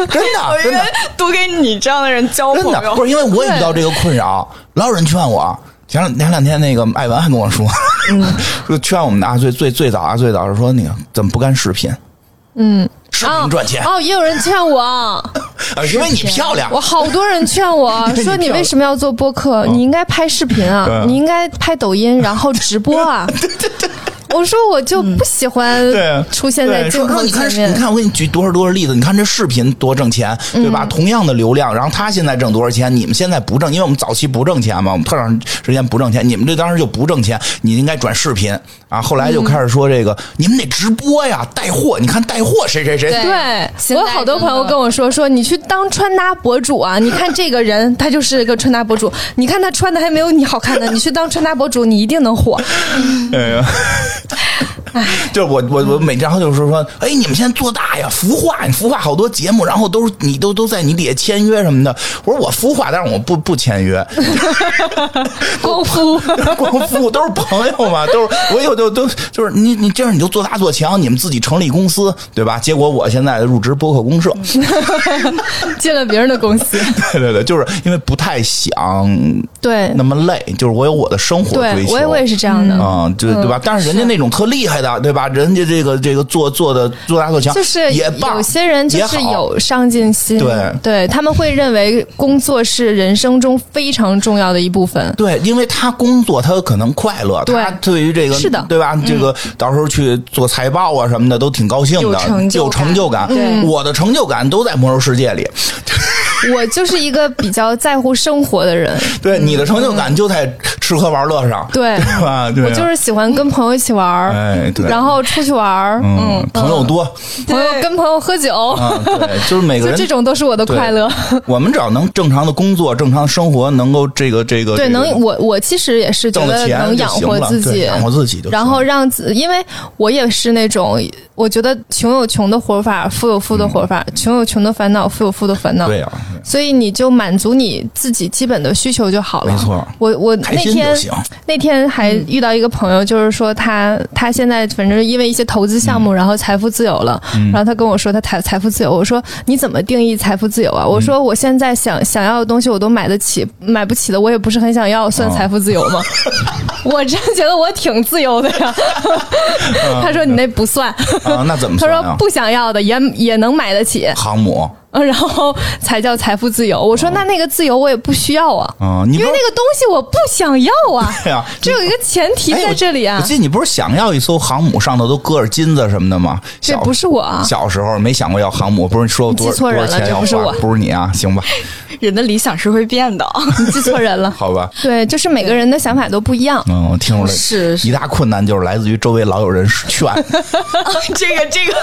真的真的
多跟你这样的人交
真的不是因为我也遇到这个困扰，老有人劝我。前两前两天那个艾文还跟我说，
嗯
说劝我们的啊，最最最早啊，最早是说那个怎么不干视频？
嗯，
视频赚钱
哦，也有人劝 我，
啊，因为你漂亮
我，好多人劝 我
你哦
说：“你
漂亮
为什么要做播客？你应该拍视频
对啊
啊，你应该拍抖音，然后直播 啊。”我说我就不喜欢
对
出现
嗯
在
对，
镜
说说
头
你看
前
是，你
面。
看我给你举多少多少例子，你看这视频多挣钱，对
嗯
吧？同样的流量，然后他现在挣多少钱，你们现在不挣，因为我们早期不挣钱嘛，我们特长时间不挣钱，你们这当时就不挣钱，你应该转视频啊。后来
嗯
就开始说这个，你们得直播呀，带货，你看带货谁谁谁，
对
对，
现
我有
在
好多
真的
朋友跟我说说，你去当穿搭博 主啊！你看这个人，他就是个穿搭博主，你看他穿的还没有你好看呢，你去当穿搭博主，你一定 能火。
哎呀，
就是我我我每然后就是说，哎，你们现在做大呀，孵化，你孵化好多节目，然后都是你都都在你底下签约什么的。我说我孵化，但是我不不签约，
光夫，
光孵都是朋友嘛，都是我有就都就是你你这样你就做大做强，你们自己成立公司对吧？结果我现在入职播客公社，
进了别人的公司，
对对对，就是因为不太想
对
那么累，就是我有我的生活追
对，
求。
我也我也是这样的。嗯
啊、对对吧？但是人家那种特厉害的，对吧？人家这个这个做做的做大做强，
就是
也棒。
有些人就
也
是
好
有上进心，
对
他们会认为工作是人生中非常重要的一部分。
对，因为他工作，他可能快乐，
对
他对于这个
是的嗯
对吧？这个到时候去做财报啊什么的，都挺高兴的，有
有成就感
成就感。
对
我的成就感都在魔兽世界里，
我就是一个比较在乎生活的人，
对、你的成就感就在吃喝玩乐上，
嗯对
对吧？对啊，
我就是喜欢跟朋友一起玩儿，
哎对
然后出去玩儿，
嗯，朋友多，
朋友跟朋友喝酒，
嗯，对，就是每个
就
人
这种都是我的
对
快乐。
我们只要能正常的工作、正常的生活，能够这个这个
对，
这个
能我我其实也是觉
挣了
得
钱
能
就
养
行
活
了
自
对
己，
养活自己就行
然后让自，因为我也是那种，我觉得穷有穷的活法，富有富的活法，穷有穷的烦恼，富有富的烦恼。
对啊呀、对
所以你就满足你自己基本的需求就好了。
没错
我我
开
那
心
天
就行。
那天还遇到一个朋友，就是说他他现在反正是因为一些投资项
嗯
目，然后财富自由了。然后他跟我说他财财富自由，我说你怎么定义财富自由啊？我
嗯
说我现在想想要的东西我都买得起，买不起的我也不是很想要，算
啊
财富自由吗？ 我真觉得我挺自由的 呀。他说你那不算。
啊，那怎么
他
算
说
啊？
不想要的也也能买得起，
航母
嗯，然后 才叫财富自由。我说那那个自由我也不需要啊，
啊，哦你
因
不
为
是
那个东西我不想要啊。
对啊
这有一个前提
哎
在
我
这里
我
啊，
记得你不是想要一艘航母，上头都搁着金子什么的吗？
这
小
不是我啊，
小时候没想过要航母，不是说有多
你记
多
错人
少
了
钱
这
要
不是
花
我，
不是你啊？行吧，
人的理想是会变 的，
你记错人了。
好吧。
对，就是每个人的想法都不一样。
嗯，我 听出来
是是
一大困难，就是来自于周围老有人劝，
啊这个这个，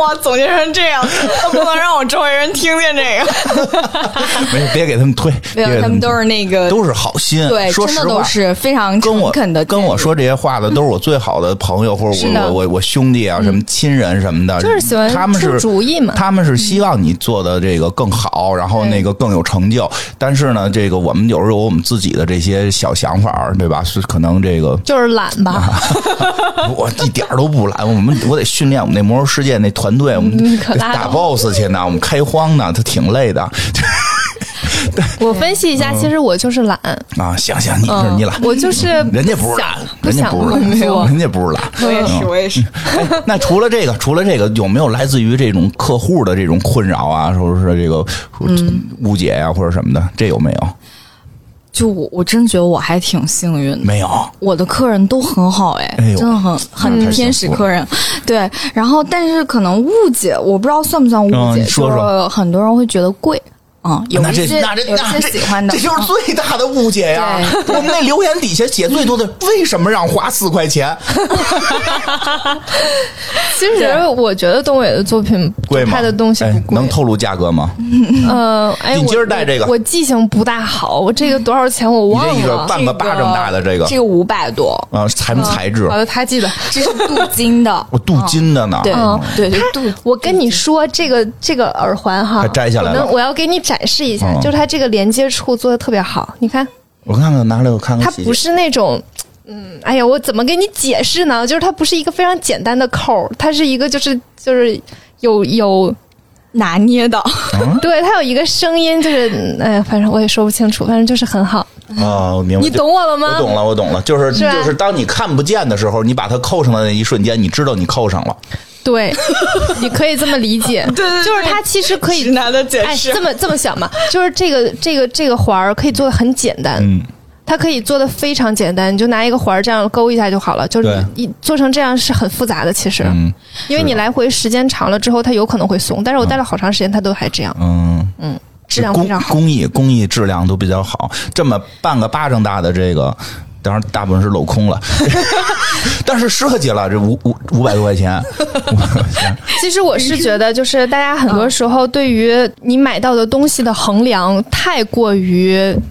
哇，总结成这样，不能让我周围人听见这个。
没事，别给他们推，别
没
给
啊有，他们都是那个，
都是好心，
对，
说
真
实
的
话
都是非常
跟我
诚恳的，
跟我说这些话的都是我最好的朋友，或者
是
我
的嗯
我我我兄弟啊，什么亲人什么的，
就是喜欢
他们是
出主意嘛嗯
他们是希望你做的这个更好，然后那个更有成就。但是呢，这个我们有时候有我们自己的这些小想法儿，对吧？是可能这 个
就是懒
啊
吧，
我一点儿都不懒，我们我得训练我们那魔兽世界那团队，我们
嗯可拉
打
倒
BOSS 去呢，我们开荒呢，他挺累的
我分析一下，其实我就是懒，
啊。行行，你嗯是
嗯
你懒，
我就是
人家不是懒
想，不
人家
想
不是懒
工作，
人家不是懒。
我也是，我也是。
嗯 那除了这个，除了这个，有没有来自于这种客户的这种困扰啊，或者是这个误解呀、或者什么的？这有没有？
就我我真觉得我还挺幸运的，
没有，
我的客人都很好哎，
嗯哎呦
真的很
太幸福
很
了
天使客人。对，然后但是可能误解，我不知道算不算误
嗯
解，
你说说
就是很多人会觉得贵。嗯，有
那
一
这
些
那这
有一
那
些
这
喜欢的，
这就是
嗯
最大的误解呀！我们那留言底下写最多的，为什么让花四块 钱？
其实我觉得东伟的作品
啊贵吗？
拍的东西不
哎
贵
能，透露价格吗？
呃，哎，
你
我
今儿带这个
我我记性不大好，我这个多少钱我
你
忘
这一个
了。
半个巴掌大的这个
这个五百多，
啊，材不材质
好？的，
，
他记得。
这是镀金的
我镀金的呢。
对
嗯
对，就镀
我跟你说，这个这个耳环哈，
还摘下来
我
了
能我要给你展示一下，
嗯
就是它这个连接处做的特别好。你看，
我看看，拿来我看看
它
细节。
不是那种，嗯，哎呀，我怎么给你解释呢？就是它不是一个非常简单的扣儿，它是一个就是就是有有，
拿捏的，
嗯
对，它有一个声音，就是嗯哎呀，反正我也说不清楚，反正就是很好。
啊，我明白。
你懂我了
我
吗？
懂了，我懂了，就是
是吧啊
就是，当你看不见的时候，你把它扣上的那一瞬间，你知道你扣上了。
对，你可以这么理解，对对就是它其实可以。
拿的解
哎，这么这么想嘛，就是这个这个这个环儿可以做的很简单，
嗯，
它可以做的非常简单，你就拿一个环儿这样勾一下就好了。就是
对
一做成这样是很复杂的，其实，
嗯
因为你来回时间长了之后，它有可能会松。但是我戴了好长时间，它都还这样，
嗯，
质量
工
非常好。
工艺工艺质量都比较好。这么半个巴掌大的这个，当然大部分是镂 空了，但是设计了这五五五百多块 钱，
其实我是觉得，就是大家很多时候对于你买到的东西的衡量太过于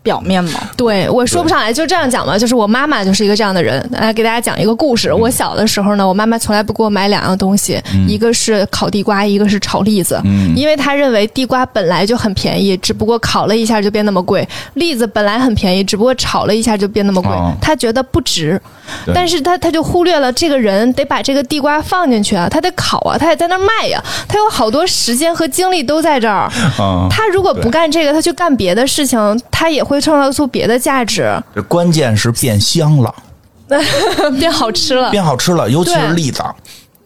表面嘛，
对，我说不上来，就这样讲吧。就是我妈妈就是一个这样的人，来给大家讲一个故事。
嗯
我小的时候呢，我妈妈从来不给我买两样东西，一个是烤地瓜，一个是炒栗子，
嗯
因为她认为地瓜本来就很便宜，只不过烤了一下就变那么贵；栗子本来很便宜，只不过炒了一下就变那么贵
哦，
她觉得不值。
对
但是她她就忽略了这个人得把这个地瓜放进去啊，他得烤啊，他得在那儿卖呀、他有好多时间和精力都在这儿。
嗯，
他如果不干这个，他去干别的事情，他也会创造出别的价值，
这关键是变香了，
变好吃了。
变好吃了，尤其是
呃对
栗子。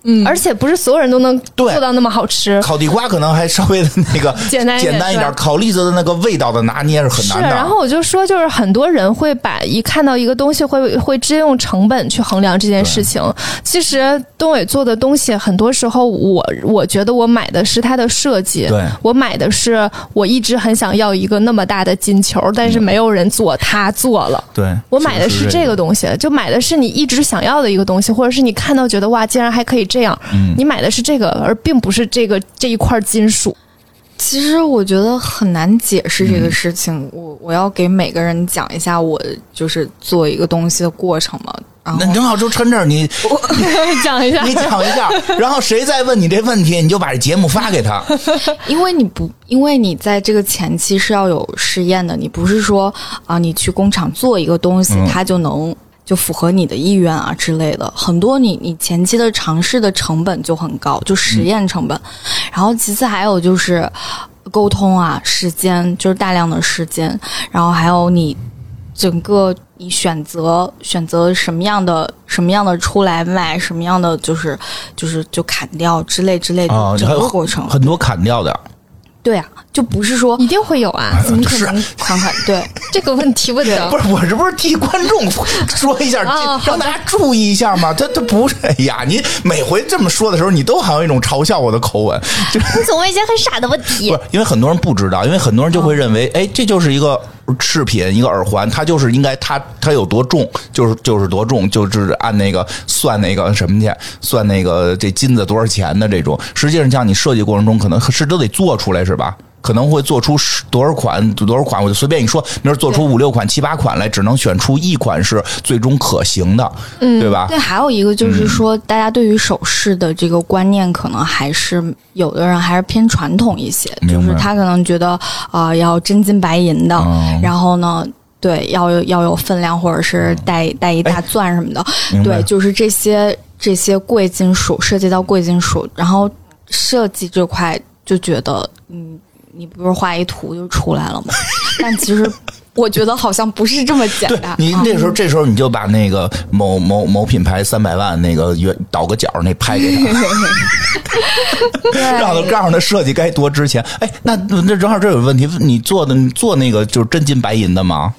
嗯
而且不是所有人都能
对
做到那么好吃。
烤地瓜可能还稍微的那个
简单一点
一
是
点，
吧
烤栗子的那个味道的拿捏是很
是，
难的。
然后我就说，就是很多人会把一看到一个东西会会只用成本去衡量这件事情。其实东伟做的东西，很多时候我我觉得我买的是它的设计，
对
我买的是我一直很想要一个那么大的金球，但
嗯
是没有人做，他做了。
对
我买的
是
是
不是
这个东西，就买的是你一直想要的一个东西，或者是你看到觉得哇，竟然还可以这样，
嗯
你买的是这个，而并不是这个这一块金 属。
其实我觉得很难解释这个事情，我我要给每个人讲一下我就是做一个东西的过程嘛。然
那你
后
正好就趁这儿你
哎讲一 下
你讲一下，然后谁再问你这问题，你就把这节目发给 他。
因为你不，因为你在这个前期是要有试验的，你不是说啊，你去工厂做一个东西，
嗯
它就能就符合你的意愿啊之类的。很多你你前期的尝试的成本就很高，就实验成本。然后其次还有就是沟通啊，时间就是大量的时间，然后还有你整个你选择选择什么样的什么样的出来卖，什么样的就是就是就砍掉之类之类
啊
的整
还有
个过程。
很多砍掉 的，
对啊，就不是说
一定会有 啊，
怎么可能款款对？
这个问题问的
不是我这不是替观众说一下，
哦
这让大家注意一下嘛。他他不是，哎呀，你每回这么说的时候，你都好像有一种嘲笑我的口吻，就是
你总问一些很傻的问
不
题
是，因为很多人不知道，因为很多人就会认为，哎，这就是一个饰品，一个耳环，它就是应该它它有多重，就是就是多重，就是按那个算那个什么去，算那个这金子多少钱的这种。实际上，像你设计过程中，可能是都得做出来，是吧？可能会做出十多少款多少款，我就随便一说，明儿做出五六款、七八款来，只能选出一款是最终可行的，对吧？
对，还有一个
嗯
就是说，大家对于首饰的这个观念，可能还是有的人还是偏传统一些，
明
就
白
是他可能觉得啊、要真金白银的，
哦
然后呢。对，要有要有分量，或者是带带一大钻什么的。
哦哎明白
对，就是这些这些贵金属，涉及到贵金属，然后设计 这块就觉得，嗯，你不是画一图就出来了吗？但其实我觉得好像不是这么简
对
单。
你
啊
那时候，这时候你就把那个某某某品牌三百万那个圆倒个角儿那拍给 他，让他告诉他设计该多值钱。哎，那那正好这有问题，你做的你做那个就是真金白银的吗？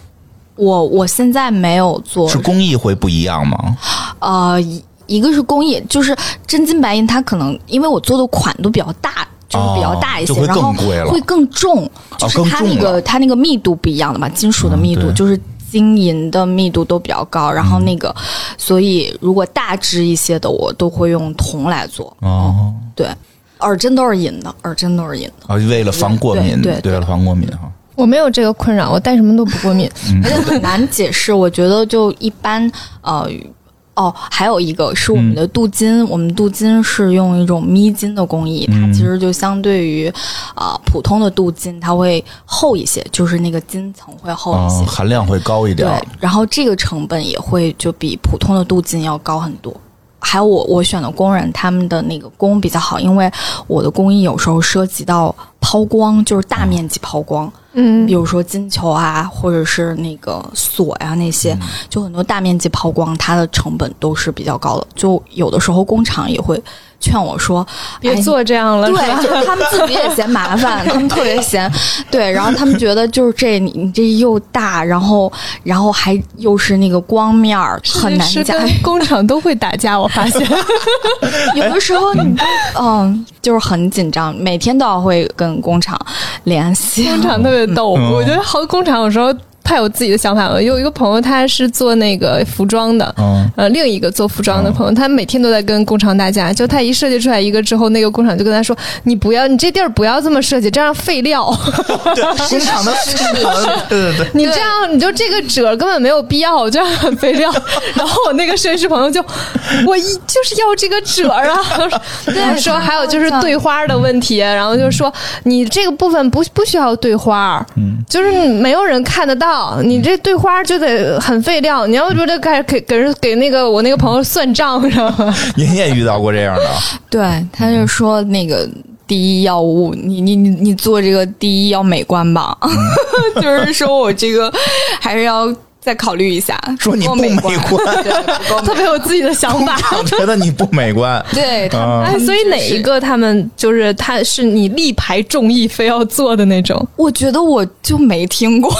我我现在没有做
是工艺会不一样吗？
呃，一一个是工艺，就是真金白银，它可能因为我做的款都比较大。就是比较大一些，
哦就会
然后
更贵了哦
会更重，就是
更
它
重
那个、
了
它那个密度不一样的嘛，金属的密度、
嗯对
就是金银的密度都比较高，然后那个，
嗯
所以如果大只一些的，我都会用铜来做。
哦，
对，耳针都是银的，耳针都是银的。
啊，为了防过敏，
对对对
为了防过敏哈。
我没有这个困扰，我戴什么都不过敏。
而且很难解释。我觉得就一般，呃，哦，还有一个是我们的镀金，我们镀金是用一种咪金的工艺，它其实就相对于啊、呃普通的镀金，它会厚一些，就是那个金层会厚一
啊
些。
含量会高一点
对
儿。，
然后这个成本也会就比普通的镀金要高很多。还有我我选的工人，他们的那个工比较好，因为我的工艺有时候涉及到抛光，就是大面积抛光。
嗯
哎
比，如说金球啊，或者是那个锁呀、那些，就很多大面积抛光，它的成本都是比较高的。就有的时候工厂也会劝我说，
别
哎
做这样了， 是吧
对，就是他们自己也嫌麻烦，他们特别嫌，对，然后他们觉得就是这你你这又大，然后然后还又是那个光面儿，很难
是
加。
跟工厂都会打架，我发 现。
有的时候你嗯，就是很紧张，每天都要会跟工厂联系。
工厂特别逗，
嗯
我觉得好多工厂有时候太有自己的想法了。有一个朋友他是做那个服装的，
嗯，
呃，另一个做服装的
嗯
朋友，他每天都在跟工厂打架。就他一设计出来一个之后，那个工厂就跟他说：“你不要，你这地儿不要这么设计，这样废 料。
工厂的，对对对，
你这样，你就这个褶根本没有必要，这样很废料。”然后我那个绅士朋友 就，我一就是要这个褶儿 啊。然后说还有就是对花儿的问题，然后就说你这个部分不不需要对花儿，就是没有人看得到，你这对花儿就得很废料。你要不就开始给给人给那个我那个朋友算账，知道吗？
您也遇到过这样 的？
对，他就说那个第一要务，你你你你做这个第一要美观吧，
嗯
就是说我这个还是要再考虑一下，
说你
不
不
够美
美观，
对，不够美
特别有自己的想法。
我觉得你不美观。
对，他
啊
哎，所以哪一个他们就是他是你力排众议非要做的那 种？
我觉得我就没听过，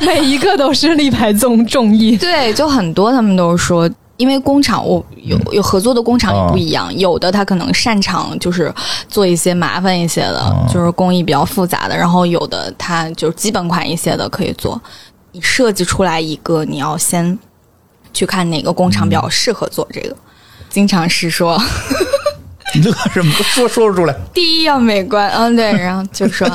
每一个都是力排众众议。
对，就很多他们都说。因为工厂，我有有合作的工厂也不一样，有的他可能擅长就是做一些麻烦一些的，就是工艺比较复杂的，然后有的他就是基本款一些的可以做。你设计出来一个，你要先去看哪个工厂比较适合做这个。经常是说，
你乐什么？说说出来。
第一要美观，嗯对，然后就说，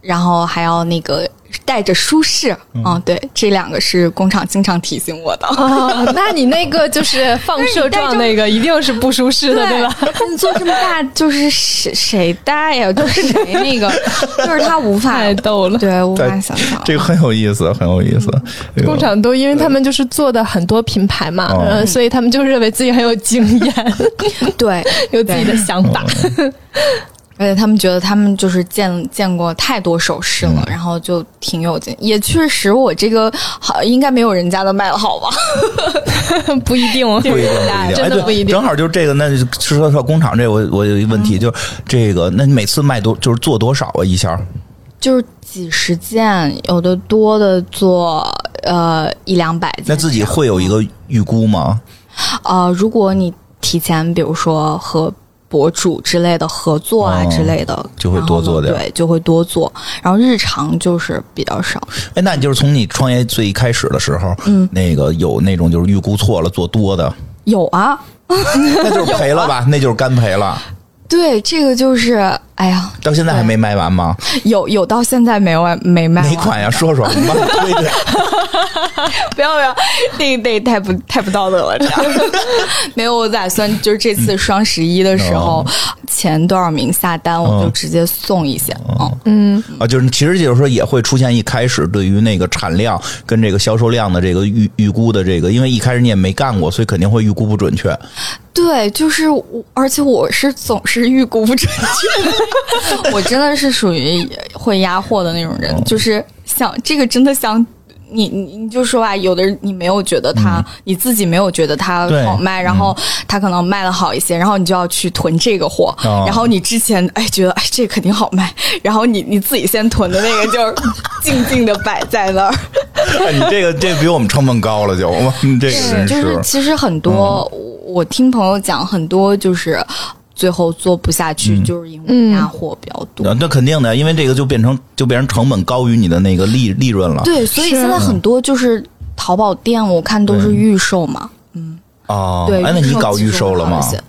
然后还要那个带着舒适，嗯对，这两个是工厂经常提醒我的。
哦，那你那个就是放射状那个，一定是不舒适的，对 吧？
你做这么大，就是谁谁带呀？就是 谁那个，就是他无法，
太逗了。
对，无
对
法想象。
这个很有意思，很有意思。这个
工厂都因为他们就是做的很多品牌嘛，
啊哦
呃，所以他们就认为自己很有经验，
对，
有自己的想法。
而且他们觉得他们就是见见过太多首饰了，
嗯
然后就挺有劲。也确实，我这个好应该没有人家的卖的好吧？
不一定，不
哦不一定，不一定，
真
哎
的
对
不一定。
正好就这个，那就说到工厂这，我我有一问题，就是这个，那你每次卖多就是做多少啊？一下
就是几十件，有的多的做呃一两百件。
那自己会有一个预估吗？
呃，如果你提前，比如说和博主之类的合作啊
哦
之类的，
就会
然
多
后呢
做点儿
对，就会多做。然后日常就是比较少，
哎，那你就是从你创业最开始的时候，嗯，那个有那种就是预估错了做多的，
有啊，
那就是赔了吧，那就是干赔了。
对，这个就是，哎呀，
到现在还没卖完吗？
有有到现在没完没卖
哪
完，
款呀？说说，我帮你推推。
不要不要，那那太不太不道德了，这样。 没有，我打算就是这次双十一的时候，前多少名下单，我就
哦嗯
直接送一些，嗯
啊，就是其实就是说也会出现一开始对于那个产量跟这个销售量的这个预预估的这个，因为一开始你也没干过，所以肯定会预估不准确。
对，就是我，而且我是总是预
嗯
估不准确的，我真的是属于会压货的那种人，就是像这个真的像。你你你就说吧，有的人你没有觉得它，你自己没有觉得它
嗯对嗯
好卖，然后它可能卖的好一些，然后你就要去囤这个货，
哦
然后你之前哎觉得哎这个肯定好卖，然后你你自己先囤的那个就是静静的摆在那儿，
哎 你这个这比我们成本高了就，我们这个真
就是其实很多、
嗯
我听朋友讲很多就是最后做不下
嗯
去，就是因为拿货比较多。
啊那那肯定的，因为这个就变成就变成成本高于你的那个利利润了。
对，所以
是
现在很多就是淘宝店，我看都是
对
预售嘛。
哦，
对，
哎，那你搞预
其实
售了
会好
吗嗯
一？些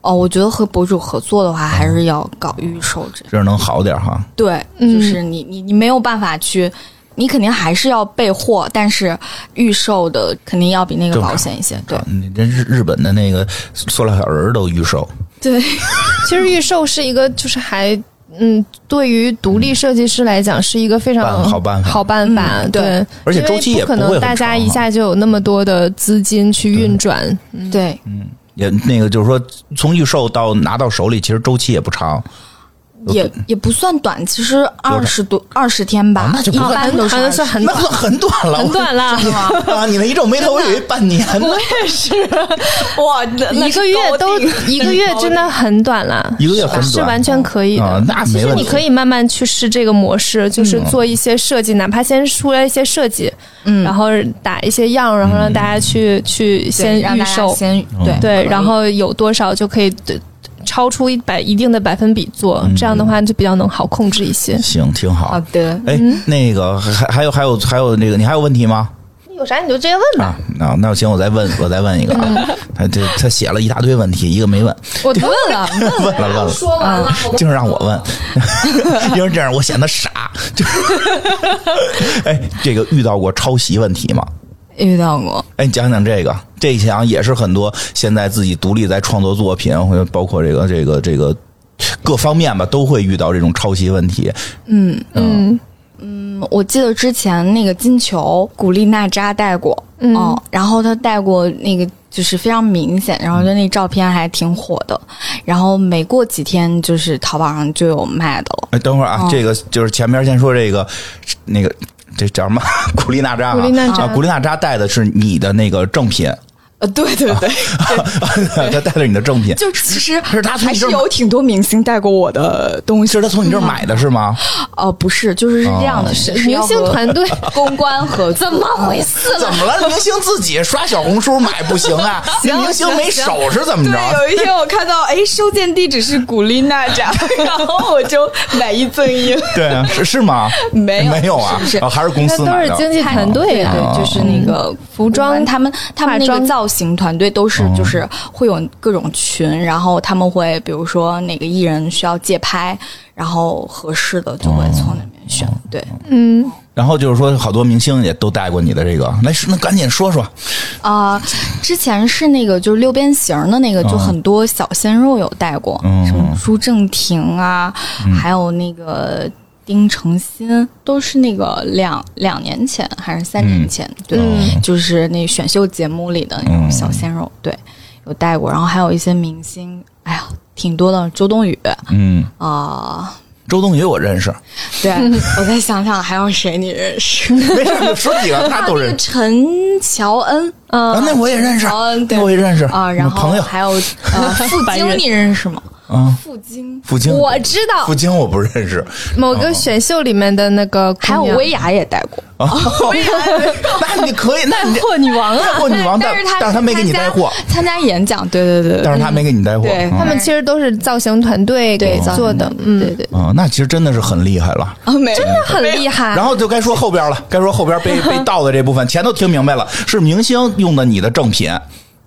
哦，我觉得和博主合作的话，还是要搞预售这。
这样能好点哈。
对，就是你你你没有办法去，你肯定还是要备货，但是预售的肯定要比那个
正常
保险一些。对
啊，你这日日本的那个塑料小人儿都预售，
嗯对，
其实预售是一个，就是还嗯，对于独立设计师来讲，是一个非常
办好办法
好办法，
嗯
对。
对
而且周期
因
也
为不
不
可
会
能
很
大家
长
一下就有那么多的资金去运转，嗯
对，
也那个就是说从预售到拿到手里，其实周期也不长。呃
也也不算短，其实
短
二十多二十天吧，
哦那就不
一
算
般都是
好像算
20
很
那
短，
算很短了，
很短了。
啊！你那一皱眉头，我以为半年呢，
哇，那那
一个
是
月
高
都
定
一个月真的很短了，
一个月很短
是完全可以的。
啊那没
其实
问
你
题嗯
可以慢慢去试这个模式，就是做一些设计，哪怕先出来一些设计，嗯，然后打一些样，然后
嗯
让大家去去先
对让
预
大家
售，
先
哦
对
对，然
后。
后有多少就可以对超出一百一定的百分比做，这样的话就比较能好控制一些。
行，挺好
好。的，
哎，那个还还有还有还有那个，你还有问题吗？
有啥你就直接问吧。
啊，那那行，我再问，我再问一个啊。
嗯
他这他写了一大堆问题，一个没问，
我问了，
问了问了，
嗯说完了，
就是让我问， 因为这样我显得傻。就是， 哎，这个遇到过抄袭问题吗？
遇到过，
哎，你讲讲这个，这想也是很多现在自己独立在创作作品，或者包括这个这个这个各方面吧，都会遇到这种抄袭问题。
嗯，
嗯，
我记得之前那个金球，古力娜扎戴过，
嗯
哦，然后她戴过那个就是非常明显，然后就那照片还挺火的，然后没过几天就是淘宝上就有卖的了，
哎，等会儿啊，
哦
这个就是前面先说这个那个这叫什么 古力娜扎、啊？
古力娜扎
啊，古力娜扎带的是你的那个正品，
呃，对对 对，
他带的是你的正品，
就其实
是她从
还
你这
是
儿
有挺多明星戴过我的东西
是，他从你这儿买的是 吗？
呃，不是，就是是这样
哦
的，是
明星团 队
公关合作，怎么回事？
怎么了？明星自己刷小红书买不行 啊？那明星没手是怎么着？
对，有一天我看到，哎，收件地址是古力娜扎， 然后我就买一赠一了。
对啊，是是吗？
没有
没有啊，
是不是
啊还是公
那
司
都
买
是
的。
经纪团队啊。
对，就是那个
服装
他们他们
化
那个
妆
造型团队都
嗯
是就是会有各种群，然后他们会比如说哪个艺人需要借拍，然后合适的就会从
哦
里面选。对，
嗯，
然后就是说，好多明星也都带过你的这个，来，那赶紧说说。
啊、之前是那个就是六边形的那个，就很多小鲜肉有带过，
嗯
什么朱正廷啊，还有那个。丁程鑫都是那个两两年前还是三年前，对，就是那选秀节目里的那种小鲜肉，对，有带过，然后还有一些明星，哎呀，挺多的，周冬雨
嗯，
啊、
周冬雨我认识，
对，我再想想还有谁你认识？
没事，你说几 个他都认识。
陈乔恩，嗯、
啊，那我也认识，
乔恩对
那我也认识
啊，然后
我朋友
还有 呃，傅
白
京
人
你认识吗？
啊，
傅京，
付晶，
我知道
付晶我不认识，
某个选秀里面的那个姑
还
娘，
有
啊
薇娅也带过，哦
那你可以，那 你
货女王啊
带，货女王，但
但是
但是
她
他没给你
参加
带货，
参加演讲，对对对对，
但是他没给你带货，
对
嗯
他们其实都是造型团队给
造型
做的，嗯，对对，
啊，那其实真的是很厉害了。
啊没有，真的
很厉害
啊
然。后就该说后边了，该说后边 被被盗的这部分，前头听明白了，是明星用的你的正品，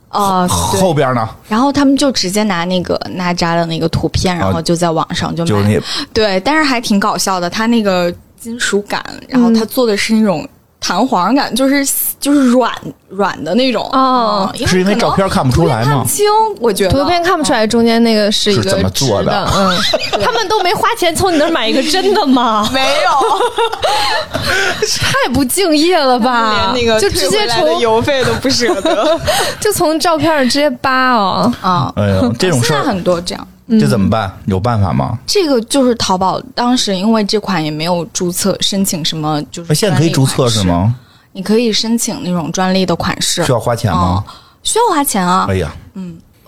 啊，对
后边呢
然后他们就直接拿那个娜扎的那个图片，然后就在网上就
啊就是
买，
那
对，但是还挺搞笑的，他那个金属感，然
嗯
后他做的是那种弹簧感，就是就是软软的那种，
哦
嗯
是因为
可能
照片看不出来
看
吗
不？清，我觉得
图片看不出来中间那个是一个
是怎么做的
直的，嗯， 他们都没花钱从你那儿买一个真的吗？
没有。
太不敬业了 吧！就直接从
邮费都不舍得
就从照片上直接扒哦，
啊。
哎呦，这种事
现在
儿
很多这样，
这怎么办？有办法吗？
这个就是淘宝当时因为这款也没有注册申请什么，就是
那呃现在可以注册是
专利款式？
吗？
你可以申请那种专利的款式，
需要花钱吗？
嗯需要花钱啊，
哎呀，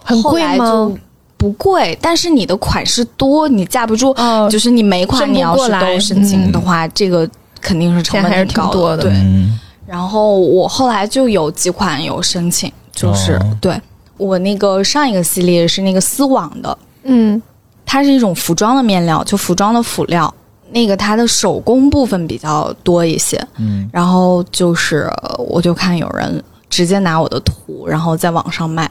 很贵
后来
吗
就？不贵，但是你的款式多，你架不
啊
住，
哦
就是你每款
挣
你
不
要
过
是
来
都申请的话，这个肯定是成
钱
本
还是
挺
挺
高
多的
对，
嗯，
然后我后来就有几款有申请，就是、
哦
对我那个上一个系列是那个丝网的，
嗯，
它是一种服装的面料，就服装的辅料。那个它的手工部分比较多一些，
嗯，
然后就是呃我就看有人直接拿我的图，然后在网上卖，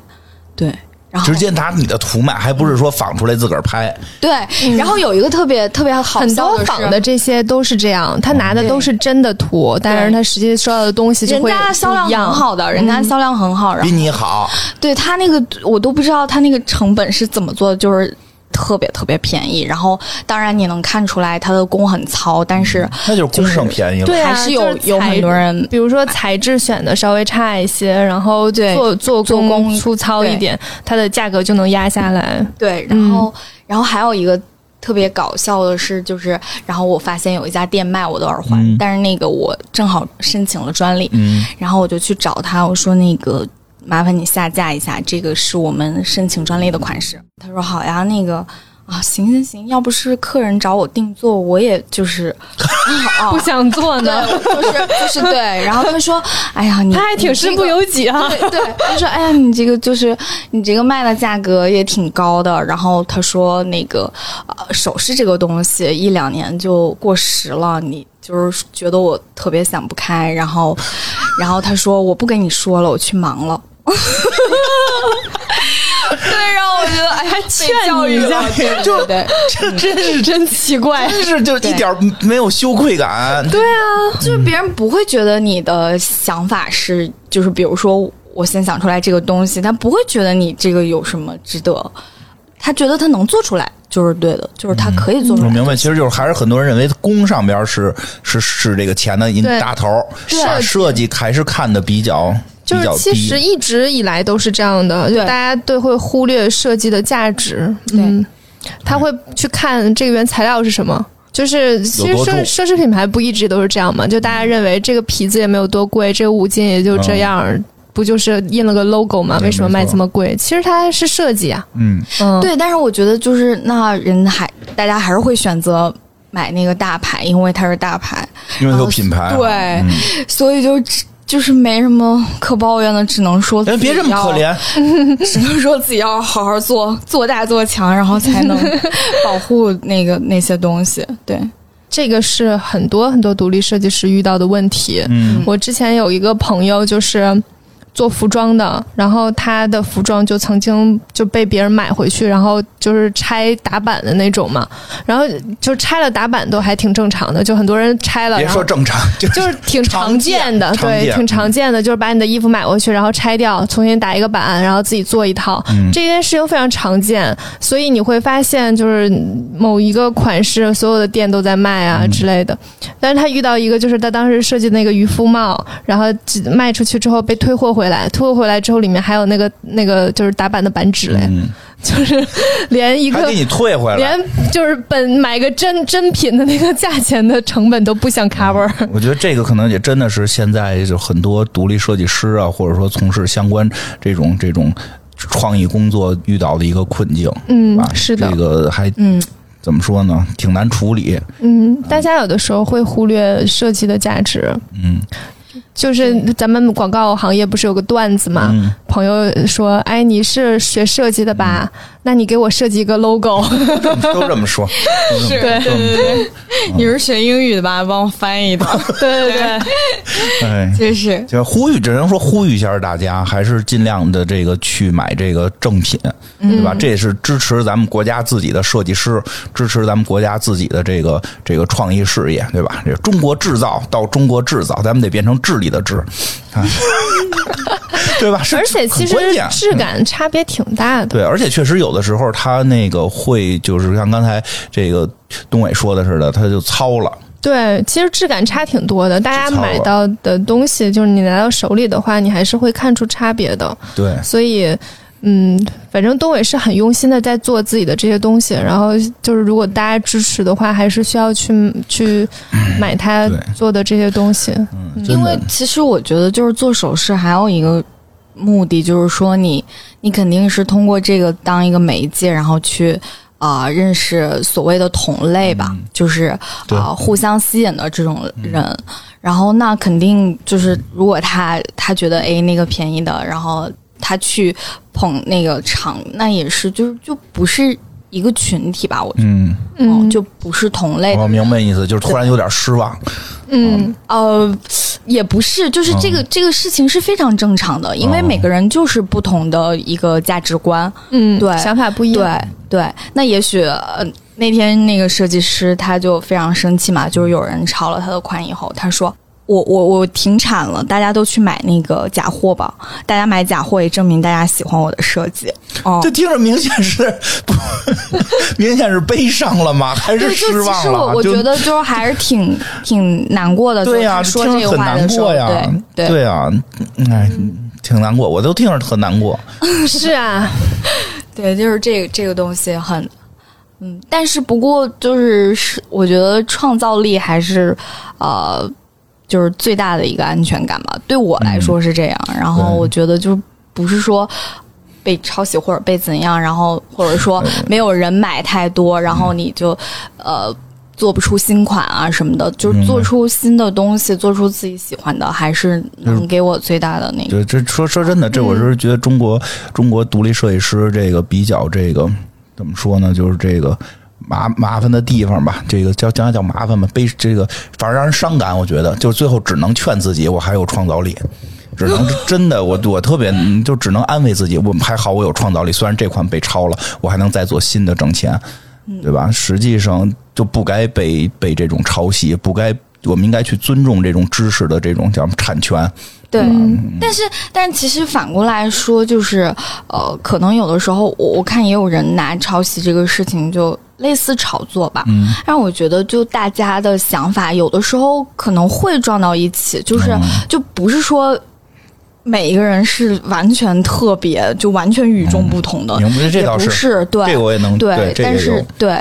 对，
哦
然后
直接拿你的图卖，还不是说仿出来自个儿拍？
对，然后有一个特别特别好
很
笑
多
的
仿
是
的，这些都是这样，他拿的都是真的图，但是他实际收到的东西就
人
会
家销量
不一样
很，好的，人家销量很
啊
好，然
比
后
你好，
嗯对他那个我都不知道他那个成本是怎么做的，就是。特别特别便宜，然后当然你能看出来它的工很糙，但是
那就是工程便宜了。
对啊，
还是有
就
有
材
很多人
比如说材质选的稍微差一些，然后
对
做做
做
工
工
粗糙一
对
点，它的价格就能压下来。
对，然
嗯
后、然后还有一个特别搞笑的是，就是然后我发现有一家店卖我的耳环，
嗯
但是那个我正好申请了专利，
嗯，
然后我就去找他，我说那个麻烦你下架一下，这个是我们申请专利的款式。他说好呀，那个。啊，行行行，要不是客人找我定做，我也 就是，啊、
不想做呢，
对，就是就是对。然后他说，哎呀，你
他还挺身不由己啊。
对对，他说：“哎呀，你这个就是你这个卖的价格也挺高的。”然后他说：“那个呃，首饰这个东西一两年就过时了，你就是觉得我特别想不开。”然后， 然后他说：“我不跟你说了，我去忙了。” 对，然后我觉得哎呀，被教育了，对对对，
这真是
真奇 怪，
真是就一点儿没有羞愧感。对，
就是别人不会觉得你的想法是，就是比如说我先想出来这个东西，他不会觉得你这个有什么值得，他觉得他能做出来就是对的，就是他可以做出
我
来。
明白，其实就是还是很多人认为工上边是是是这个钱的引
对
大头儿，
对
把设计还是看的比较
就
比
是
较
其实
低。
一直以来都是这样的，就大家对会忽略设计的价值，嗯，他会去看这个原材料是什么。就是其实
有多
奢
重
奢侈品牌不一直都是这样嘛？就大家认为这个皮子也没有多贵，这个五金也就这样，不就是印了个 logo 嘛？
对
为什么卖
没错
这么贵？其实它是设计啊，
嗯，
嗯，
对，但是我觉得就是那人还大家还是会选择买那个大牌，因为它是大牌，
因为有品牌，
对，
嗯
所以就就是没什么可抱怨的，只能说
人哎别这么可
自己要
怜，
只能说自己要好好做，做大做强，然后才 能保护那个那些东西。对，
这个是很多很多独立设计师遇到的问题。
嗯，
我之前有一个朋友就是做服装的，然后他的服装就曾经就被别人买回去，然后就是拆打版的那种嘛，然后就拆了打版都还挺正常的，就很多人拆了，
别
然后
说正常，就是
就是挺常见的，
常见
对，
嗯
挺常见的，就是把你的衣服买回去，然后拆掉，重新打一个版，然后自己做一套。
嗯
这件事情非常常见，所以你会发现，就是某一个款式，所有的店都在卖啊
嗯
之类的。但是他遇到一个，就是他当时设计那个渔夫帽，然后只卖出去之后被退货回来，退货回来之后里面还有那个那个就是打版的版纸嘞，
嗯，
就是连一
还
个
给。你退回来。
连就是本买个真真品的那个价钱的成本都不想 cover，
我觉得这个可能也真的是现在就很多独立设计师啊，或者说从事相关这种这种创意工作遇到的一个困境。
嗯
吧
是的
这个还
嗯，
怎么说呢，挺难处理。
嗯，大家有的时候会忽略设计的价值。
嗯，
就是咱们广告行业不是有个段子嘛？
嗯
朋友说：“哎，你是学设计的吧？
嗯
那你给我设计一个 logo。
都这么说，嗯都这么
是
都这么说
你是学英语的吧？帮我翻译的，
对”对对
哎。
就是
就呼吁，只能说呼吁一下大家，还是尽量的这个去买这个正品，
嗯
对吧？这也是支持咱们国家自己的设计师，支持咱们国家自己的这个这个创意事业，对吧？这中国制造到中国制造，咱们得变成智力的智， 啊对 吧？是
而且其实
很关键啊
质感差别挺大的。
对，而且确实有的时候他那个会就是像刚才这个东伟说的似的，他就糙了。
对，其实质感差挺多的。大家
嗯是糙了啊
买到的东西，就是你拿到手里的话，你还是会看出差别的。
对，
所以，嗯，反正东伟是很用心的在做自己的这些东西，然后就是如果大家支持的话，还是需要去去买他
对
做的这些东西。
嗯哦
真
因为
的
其实我觉得，就是做首饰还有一个目的，就是说你你肯定是通过这个当一个媒介，然后去啊、呃认识所谓的同类吧，就是
嗯对嗯
啊、呃互相吸引的这种人。然后那肯定就是，如果他他觉得哎诶那个便宜的，然后他去捧那个场，那也是就是就不是一个群体吧，我觉得、
嗯，
嗯
嗯，
就不是同类的
我明白意思，就是突然有点失望。
嗯
呃，也不是，
嗯
就是这个、这个事情是非常正常的，因为
哦
每个人就是不同的一个价值观。
嗯，
对
想法不一样。
对对，那也许呃那天那个设计师他就非常生气嘛，
嗯
就是有人抄了他的款以后，他说。我我我停产了，大家都去买那个假货吧。大家买假货也证明大家喜欢我的设计。哦，
这听着明显是不， 明显是悲伤了吗？还
对，
是
就
失
其
望
实
了？
我我
就
觉得就是还是挺挺难过的。
对
呀、
呀，
说
听
这
着
个
很
话的
难
时候，
过呀，
对
对呀，哎，挺难过，我都听着很难过。
是啊，
对，就是这个这个东西很，嗯，但是不过就是是，我觉得创造力还是呃，就是最大的一个安全感吧。对我来说是这样，然
嗯
后
对
我觉得就不是说。被抄袭或者被怎样，然后或者说没有人买太多，然
嗯
后你就，呃，做不出新款啊什么的，就是
明白
做出新的东西，做出自己喜欢的，还是能给我最大的那个。
就这说说真的，这我
嗯
是觉得中国、中国独立设计师这个比较这个怎么说呢？就是这个麻麻烦的地方吧，这个叫将来叫麻烦吧，悲这个反而让人伤感。我觉得就是最后只能劝自己，我还有创造力。只 能真的，我我特别嗯就只能安慰自己，我还好我有创造力，虽然这款被抄了，我还能再做新的挣钱，
嗯
对吧？实际上就不该被被这种抄袭，不该我们应该去尊重这种知识的这种叫产权，
对，
嗯
嗯
但是但其实反过来说，就是呃，可能有的时候我我看也有人拿抄袭这个事情就类似炒作吧，
嗯。
但我觉得就大家的想法有的时候可能会撞到一起，就是、
嗯
就不是说。每一个人是完全特别，就完全与众不同的，
明白，嗯这
也
倒
不
是，
是对，
这个我也能
对，
这
但
个
是
有。
对，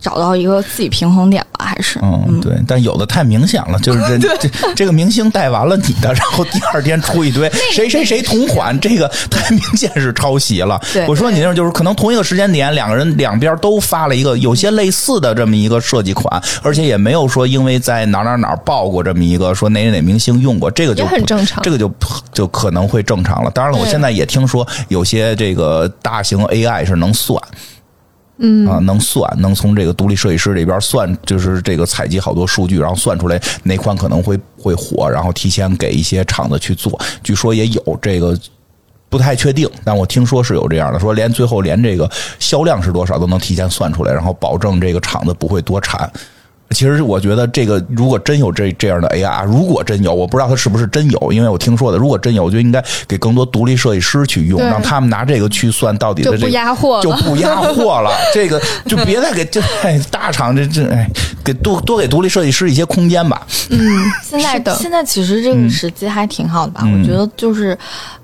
找到一个自己平衡点吧，还是
嗯，对，但有的太明显了，就是 这这这个明星带完了你的，然后第二天出一堆谁谁谁同款，这个太明显是抄袭了
对。
我说你那种就是可能同一个时间点，两个人两边都发了一个有些类似的这么一个设计款，而且也没有说因为在哪儿哪儿哪儿爆过这么一个说哪哪哪明星用过，这个就
也很
不
正常
这个就就可能会正常了。当然了，我现在也听说有些这个大型 AI 是能算。啊，能算，能从这个独立设计师这边算，就是这个采集好多数据，然后算出来哪款可能会会火，然后提前给一些厂子去做。据说也有这个。不太确定，但我听说是有这样的，说连最后连这个销量是多少都能提前算出来，然后保证这个厂子不会多产。其实我觉得这个如果真有这这样的 AI，啊如果真有，我不知道它是不是真有，因为我听说的，如果真有，我就应该给更多独立设计师去用，
对
让他们拿这个去算到底的
就
这个
不压货
就
了。
不压货了。这个就别再给这、哎、大厂这这哎，给多多给独立设计师一些空间吧。
现在
是的
现在其实这个时机还挺好的吧？
嗯
我觉得就是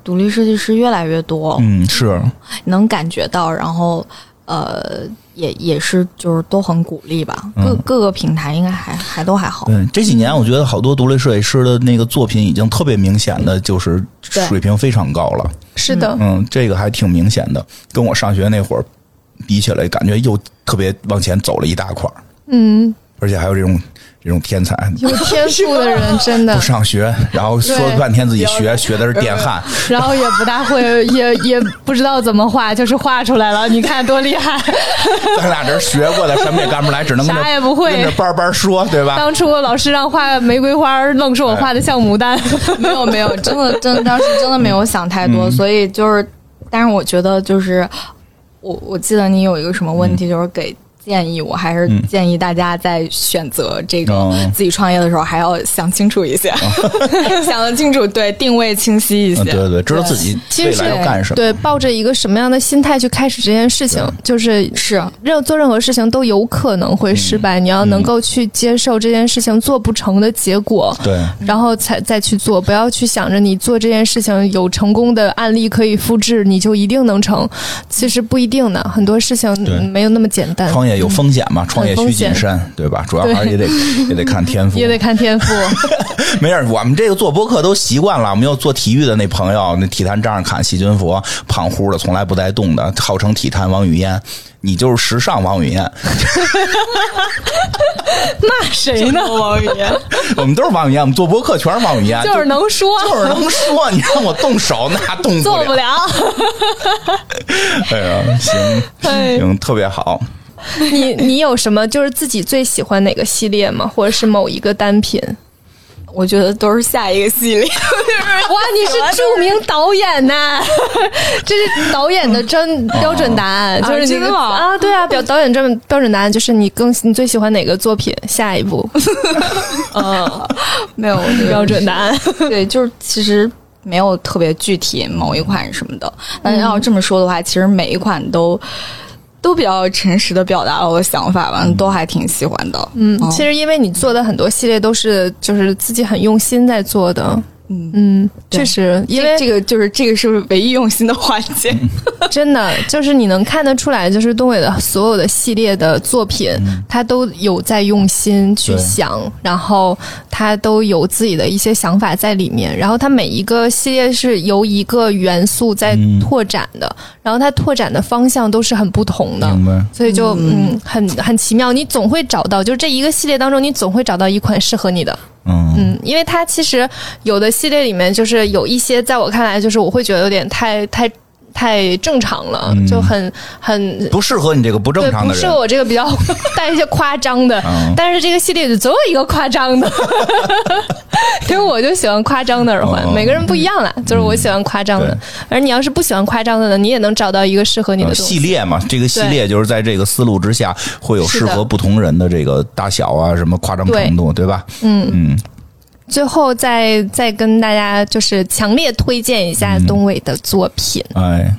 独立设计师越来越多，
嗯，是，
能感觉到，然后呃，也也是就是都很鼓励吧。
嗯
各各个平台应该还还都还好。
对这几年我觉得好多独立设计师的那个作品已经特别明显的就是
对
水平非常高了。
是的，
嗯，这个还挺明显的，跟我上学那会儿比起来，感觉又特别往前走了一大块儿，
嗯，
而且还有这种这种天才。
有天赋的人真 的
啊
不，上学，然后说
对
半天自己学，学的是电焊，
然后也不大会，也也不知道怎么画，就是画出来了。你看多厉 害！
咱俩这学过的什么也干不来，只能跟着
啥也不会
跟着班班说，对吧？
当初老师让画玫瑰花，愣是我画的像牡丹。
没有没有，真的真的当时真的没有想太多，所以就是，但是我觉得就是，我我记得你有一个什么问题，就是给建议，我还是建议大家在选择这个
嗯
哦
自己创业的时候，还要想清楚一些， 想得清楚，对定位清晰一些。
哦嗯，对对，知道自己
其
未
实是
来要干什么。
对，抱着一个什么样的心态去开始这件事情，就是
是啊
任做任何事情都有可能会失败，
嗯
你要能够去接受这件事情做不成的结果，
对，
嗯
然后才再去做，不要去想着你做这件事情有成功的案例可以复制，你就一定能成，其实不一定呢，很多事情
对
没有那么简单，
创业有风险嘛，创业需谨
很
慎，对吧？主要还是也得也得看天赋。
也得看 天赋。
没事儿，我们这个做播客都习惯了。我们有做体育的那朋友，那体坛张二侃、细菌佛，胖乎的，从来不带动的，号称体坛王语嫣。你就是时尚王语嫣，
谁呢？
我们都是王语嫣，我们做播客全是王语嫣，
就是能说，
就是能说，你让我动手那动不
做
了。
不了。
哎呀，行
哎
行，特别好。
你你有什么就是自己最喜欢哪个系列吗？或者是某一个单品？
我觉得都是下一个系列。
哇，你是著名导演呐、 这是导演的真标准答案，就是你
真的
的
吗
啊，对啊，表导演这么标准答案就是你更你最喜欢哪个作品，下一部
没有，我觉 得
标准答案。
对，就是其实没有特别具体某一款什么的。但要这么说的话，其实每一款都都比较诚实的表达了我的想法
嗯
吧，都还挺喜欢的。嗯
嗯，其实因为你做的很多系列都是就是自己很用心在做的，嗯确实，因
因
为
为这个就是这个是唯一用心的环节，
真的就是你能看得出来，就是东伟的所有的系列的作品，他都有在用心去想，然后他都有自己的一些想法在里面，然后他每一个系列是由一个元素在拓展的，然后它拓展的方向都是很不同的。
嗯
明白。
所以就嗯，很很奇妙，你总会找到，就是这一个系列当中，你总会找到一款适合你的。
嗯
嗯，因为它其实有的系列里面，就是有一些在我看来，就是我会觉得有点太太太正常了，就很很。
不适合你这个嗯不正
对，
常
不
的
是
人。嗯
我这个比较带一些夸张的，但是这个系列就总有一个夸张 的，因为我就喜欢夸张的耳环，
哦
每个人不一样啦，
嗯
就是我喜欢夸张的
对，
而你要是不喜欢夸张的呢，你也能找到一个适合你的
呃
东西。
系列 嘛，这个系列就是在这个思路之下，会有适
是
合
的
不同人的这个大小啊，什么夸张
对
程度，对吧？嗯嗯，
最后再再跟大家就是强烈推荐一
嗯
下东伟的作品，
哎，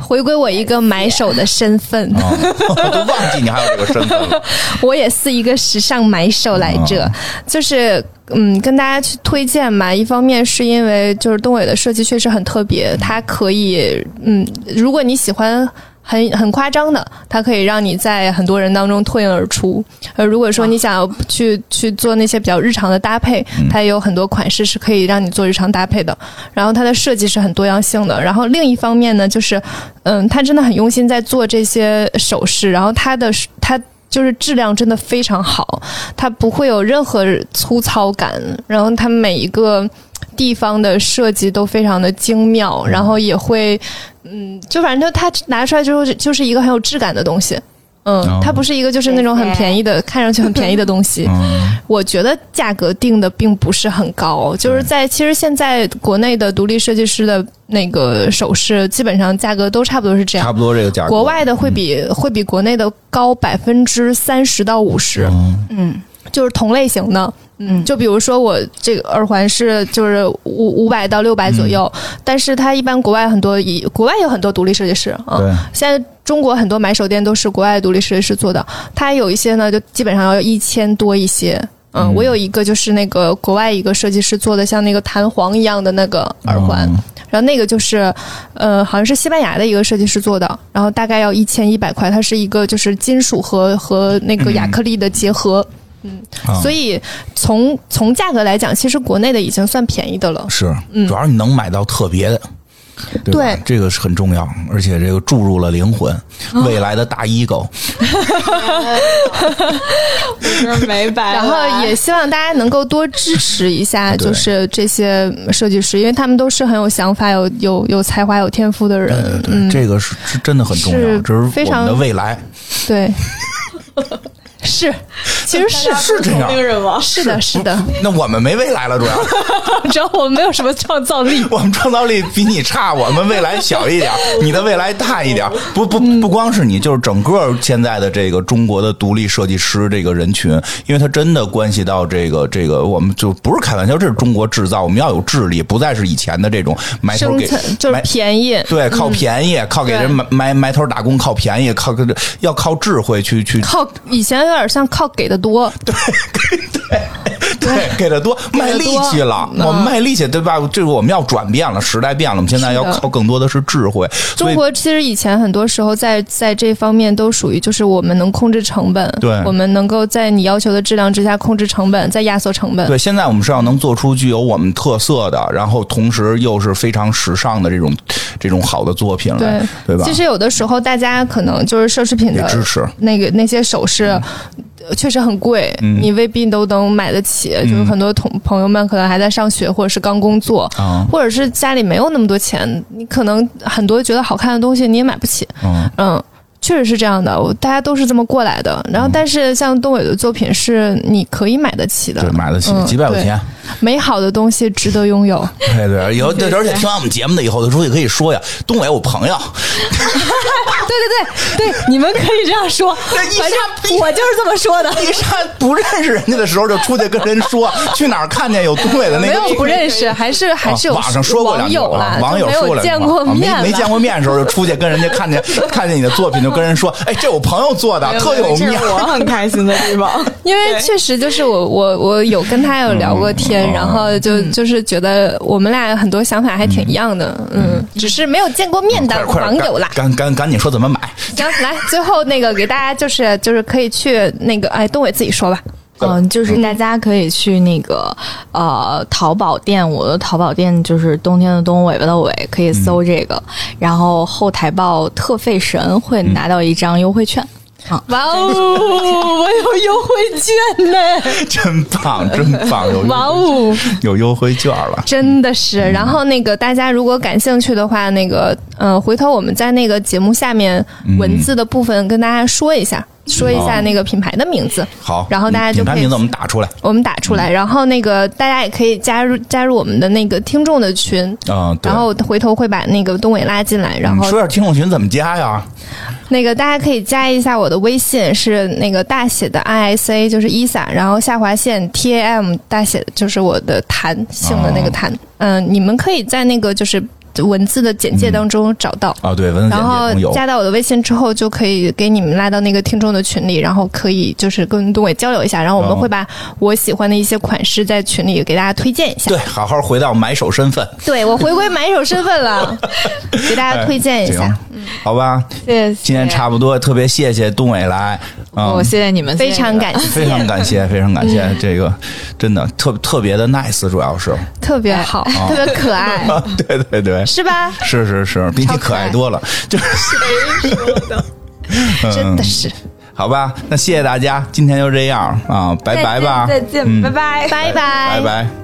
回归我一个买手的身份。
啊，我都忘记你还有这个身份 了。
我也是一个时尚买手来着，就是嗯，跟大家去推荐嘛。一方面是因为就是东伟的设计确实很特别，它可以嗯，如果你喜欢。很很夸张的，它可以让你在很多人当中脱颖而出。呃，如果说你想要去去做那些比较日常的搭配，它也有很多款式是可以让你做日常搭配的。然后它的设计是很多样性的。然后另一方面呢，就是嗯，他真的很用心在做这些首饰，然后他的他就是质量真的非常好，它不会有任何呃粗糙感，然后它每一个呃地方的设计都非常的精妙，然后也会，嗯，就反正它拿出来之后就就是一个很有质感的东西。嗯，它不是一个就是那种很便宜的，看上去很便宜的东西。
嗯
我觉得价格定的并不是很高，就是在其实现在国内的独立设计师的那个首饰，基本上价格都差不多是这样
差。不多这嗯个价格。
国外的会比、会比国内的高百分之三十到五十、
嗯，
就是同类型的。嗯，就比如说我这个耳环是就是五五百到六百左右，
嗯
但是它一般国外很多以国外有很多独立设计师啊，
对，
现在中国很多买手店都是国外独立设计师做的，它有一些呢，就基本上要一千多一些。嗯，我有一个就是那个国外一个设计师做的，像那个弹簧一样的那个耳环，然后那个就是，呃，好像是西班牙的一个设计师做的，然后大概要一千一百块，它是一个就是金属和和那个亚克力的结合。嗯
啊
所以从从价格来讲，其实国内的已经算便宜的了。
是，主要是你能买到特别的。对吧
嗯对
这个是很重要，而且这个注入了灵魂，
哦
未来的大衣狗，
就是没白
哎
然
啊
后也希望大家能够多支持一下，就是这些设计师，因为他们都是很有想法、有有有才华、有天赋的
对
人。
呃对，这个是是真的很重要，
嗯是
这是
非
我们
常
的未来。
对，是，其实 是
是这样。
人吗？
是的，是的，
那我们没未来了，主要
主要我们没有什么创造力。
我们创造力比你差，我们未来小一点，你的未来大一点。不不
嗯
不光是你，就是整个现在的这个中国的独立设计师这个人群，因为它真的关系到这个这个，我们就不是开玩笑，这是中国制造，我们要有智力，不再是以前的这种埋头
生
给
存就是
埋
便宜。
对，靠
嗯
便宜，靠给人埋埋埋头打工，靠便宜，靠要靠智慧去去
靠以前有点像靠给的多，
对，给的多，卖力气了，我们卖力气，对吧？就是我们要转变了，时代变了，我们现在要
是的
靠更多的是智慧。所
中
以
国其实以前很多时候在在这方面都属于就是我们能控制成本，
对
我们能够在你要求的质量之下控制成本，再压缩成本。
对，现在我们是要能做出具有我们特色的，然后同时又是非常时尚的这种这种好的作品来，哎对吧
其？实有的时候大家可能就是奢侈品
也
的
支持，嗯
那个那些首饰。呃确实很贵，你未必都能买得起。
嗯
就是很多同朋友们可能还在上学，或者是刚工作，
啊
或者是家里没有那么多钱，你可能很多觉得好看的东西你也买不起。
嗯，
嗯，确实是这样的，我大家都是这么过来的。
嗯
然后，但是像东伟的作品是你可以买得起的
对，，买得起
嗯
几百块
对
钱，
美好的东西值得拥有。
对对，有对，而且听完我们节目的以后，他出去可以说呀，东伟我朋友，
对对对对，你们可以这样 说，
这一下
反正我就是这么说的。
一上不认识人家的时候就出去跟人说，去哪儿看见有东北的 那
没
个
有不认识，还是还是有
啊网上说过两
网
句
友
啊
啦，
网
就
友
没
说过两
有
句
见
话
过
啊
面了，
没没见过面的时候就出去跟人家看见看见你的作品就跟人说，哎，这我朋友做的，特有面儿。
我很开心的地方。
因为确实就是我我我有跟他有聊过
嗯
天，然后就就是觉得我们俩很多想法还挺一样的，嗯，只是没有见过面的
快
网
点
友啦。
赶赶赶赶紧说怎么买，
行，来最后那个给大家就是就是可以去那个哎，东伟自己说吧，
嗯，就是大家可以去那个呃淘宝店，我的淘宝店就是冬天的冬，尾巴的尾，可以搜这个，然后后台报特费神会拿到一张优惠券。
哇哦，我有优惠券呢！
真棒，真棒，有
哇哦，
有优惠券了。
真的是。然后那个大家如果感兴趣的话，那个嗯、呃回头我们在那个节目下面
嗯
文字的部分跟大家说一下，说一下那个品牌的名字。
好，
然后大家就
品牌
可以
名字我们打出来
我们打出
嗯
来，然后那个大家也可以加入加入我们的那个听众的群，
啊。对
然后回头会把那个东伟拉进来，然
你
后
说点听众群怎么加呀？
那个大家可以加一下我的微信，是那个大写的 I S A，就是 ISA，然后下划线 T A M 大写的就是我的谭姓的那
啊
个谭。嗯、你们可以在那个就是文字的简介当中找到。
啊，对，文字
然
简
后
介中有。
加到我的微信之后，就可以给你们拉到那个听众的群里，然后可以就是跟东伟交流一下，然后我们
哦
会把我喜欢的一些款式在群里给大家推荐一下。
对，好好回到买手身份，
对我回归买手身 份了，给大
哎
家推荐哎一下。嗯
行，好吧？
谢谢
今天差不多，特别谢谢东伟来啊，
哦
我谢谢你们，
非常感谢，
非常感谢，非常感谢，这个真的特特别的 nice，主要是，
特别好，特别可爱，
对对对，
是吧？
是是是，比你可爱多了，就是
真的是，
好吧，那谢谢大家，今天就这样啊，拜拜吧，
再见，
嗯
拜拜。
拜
拜拜。
拜。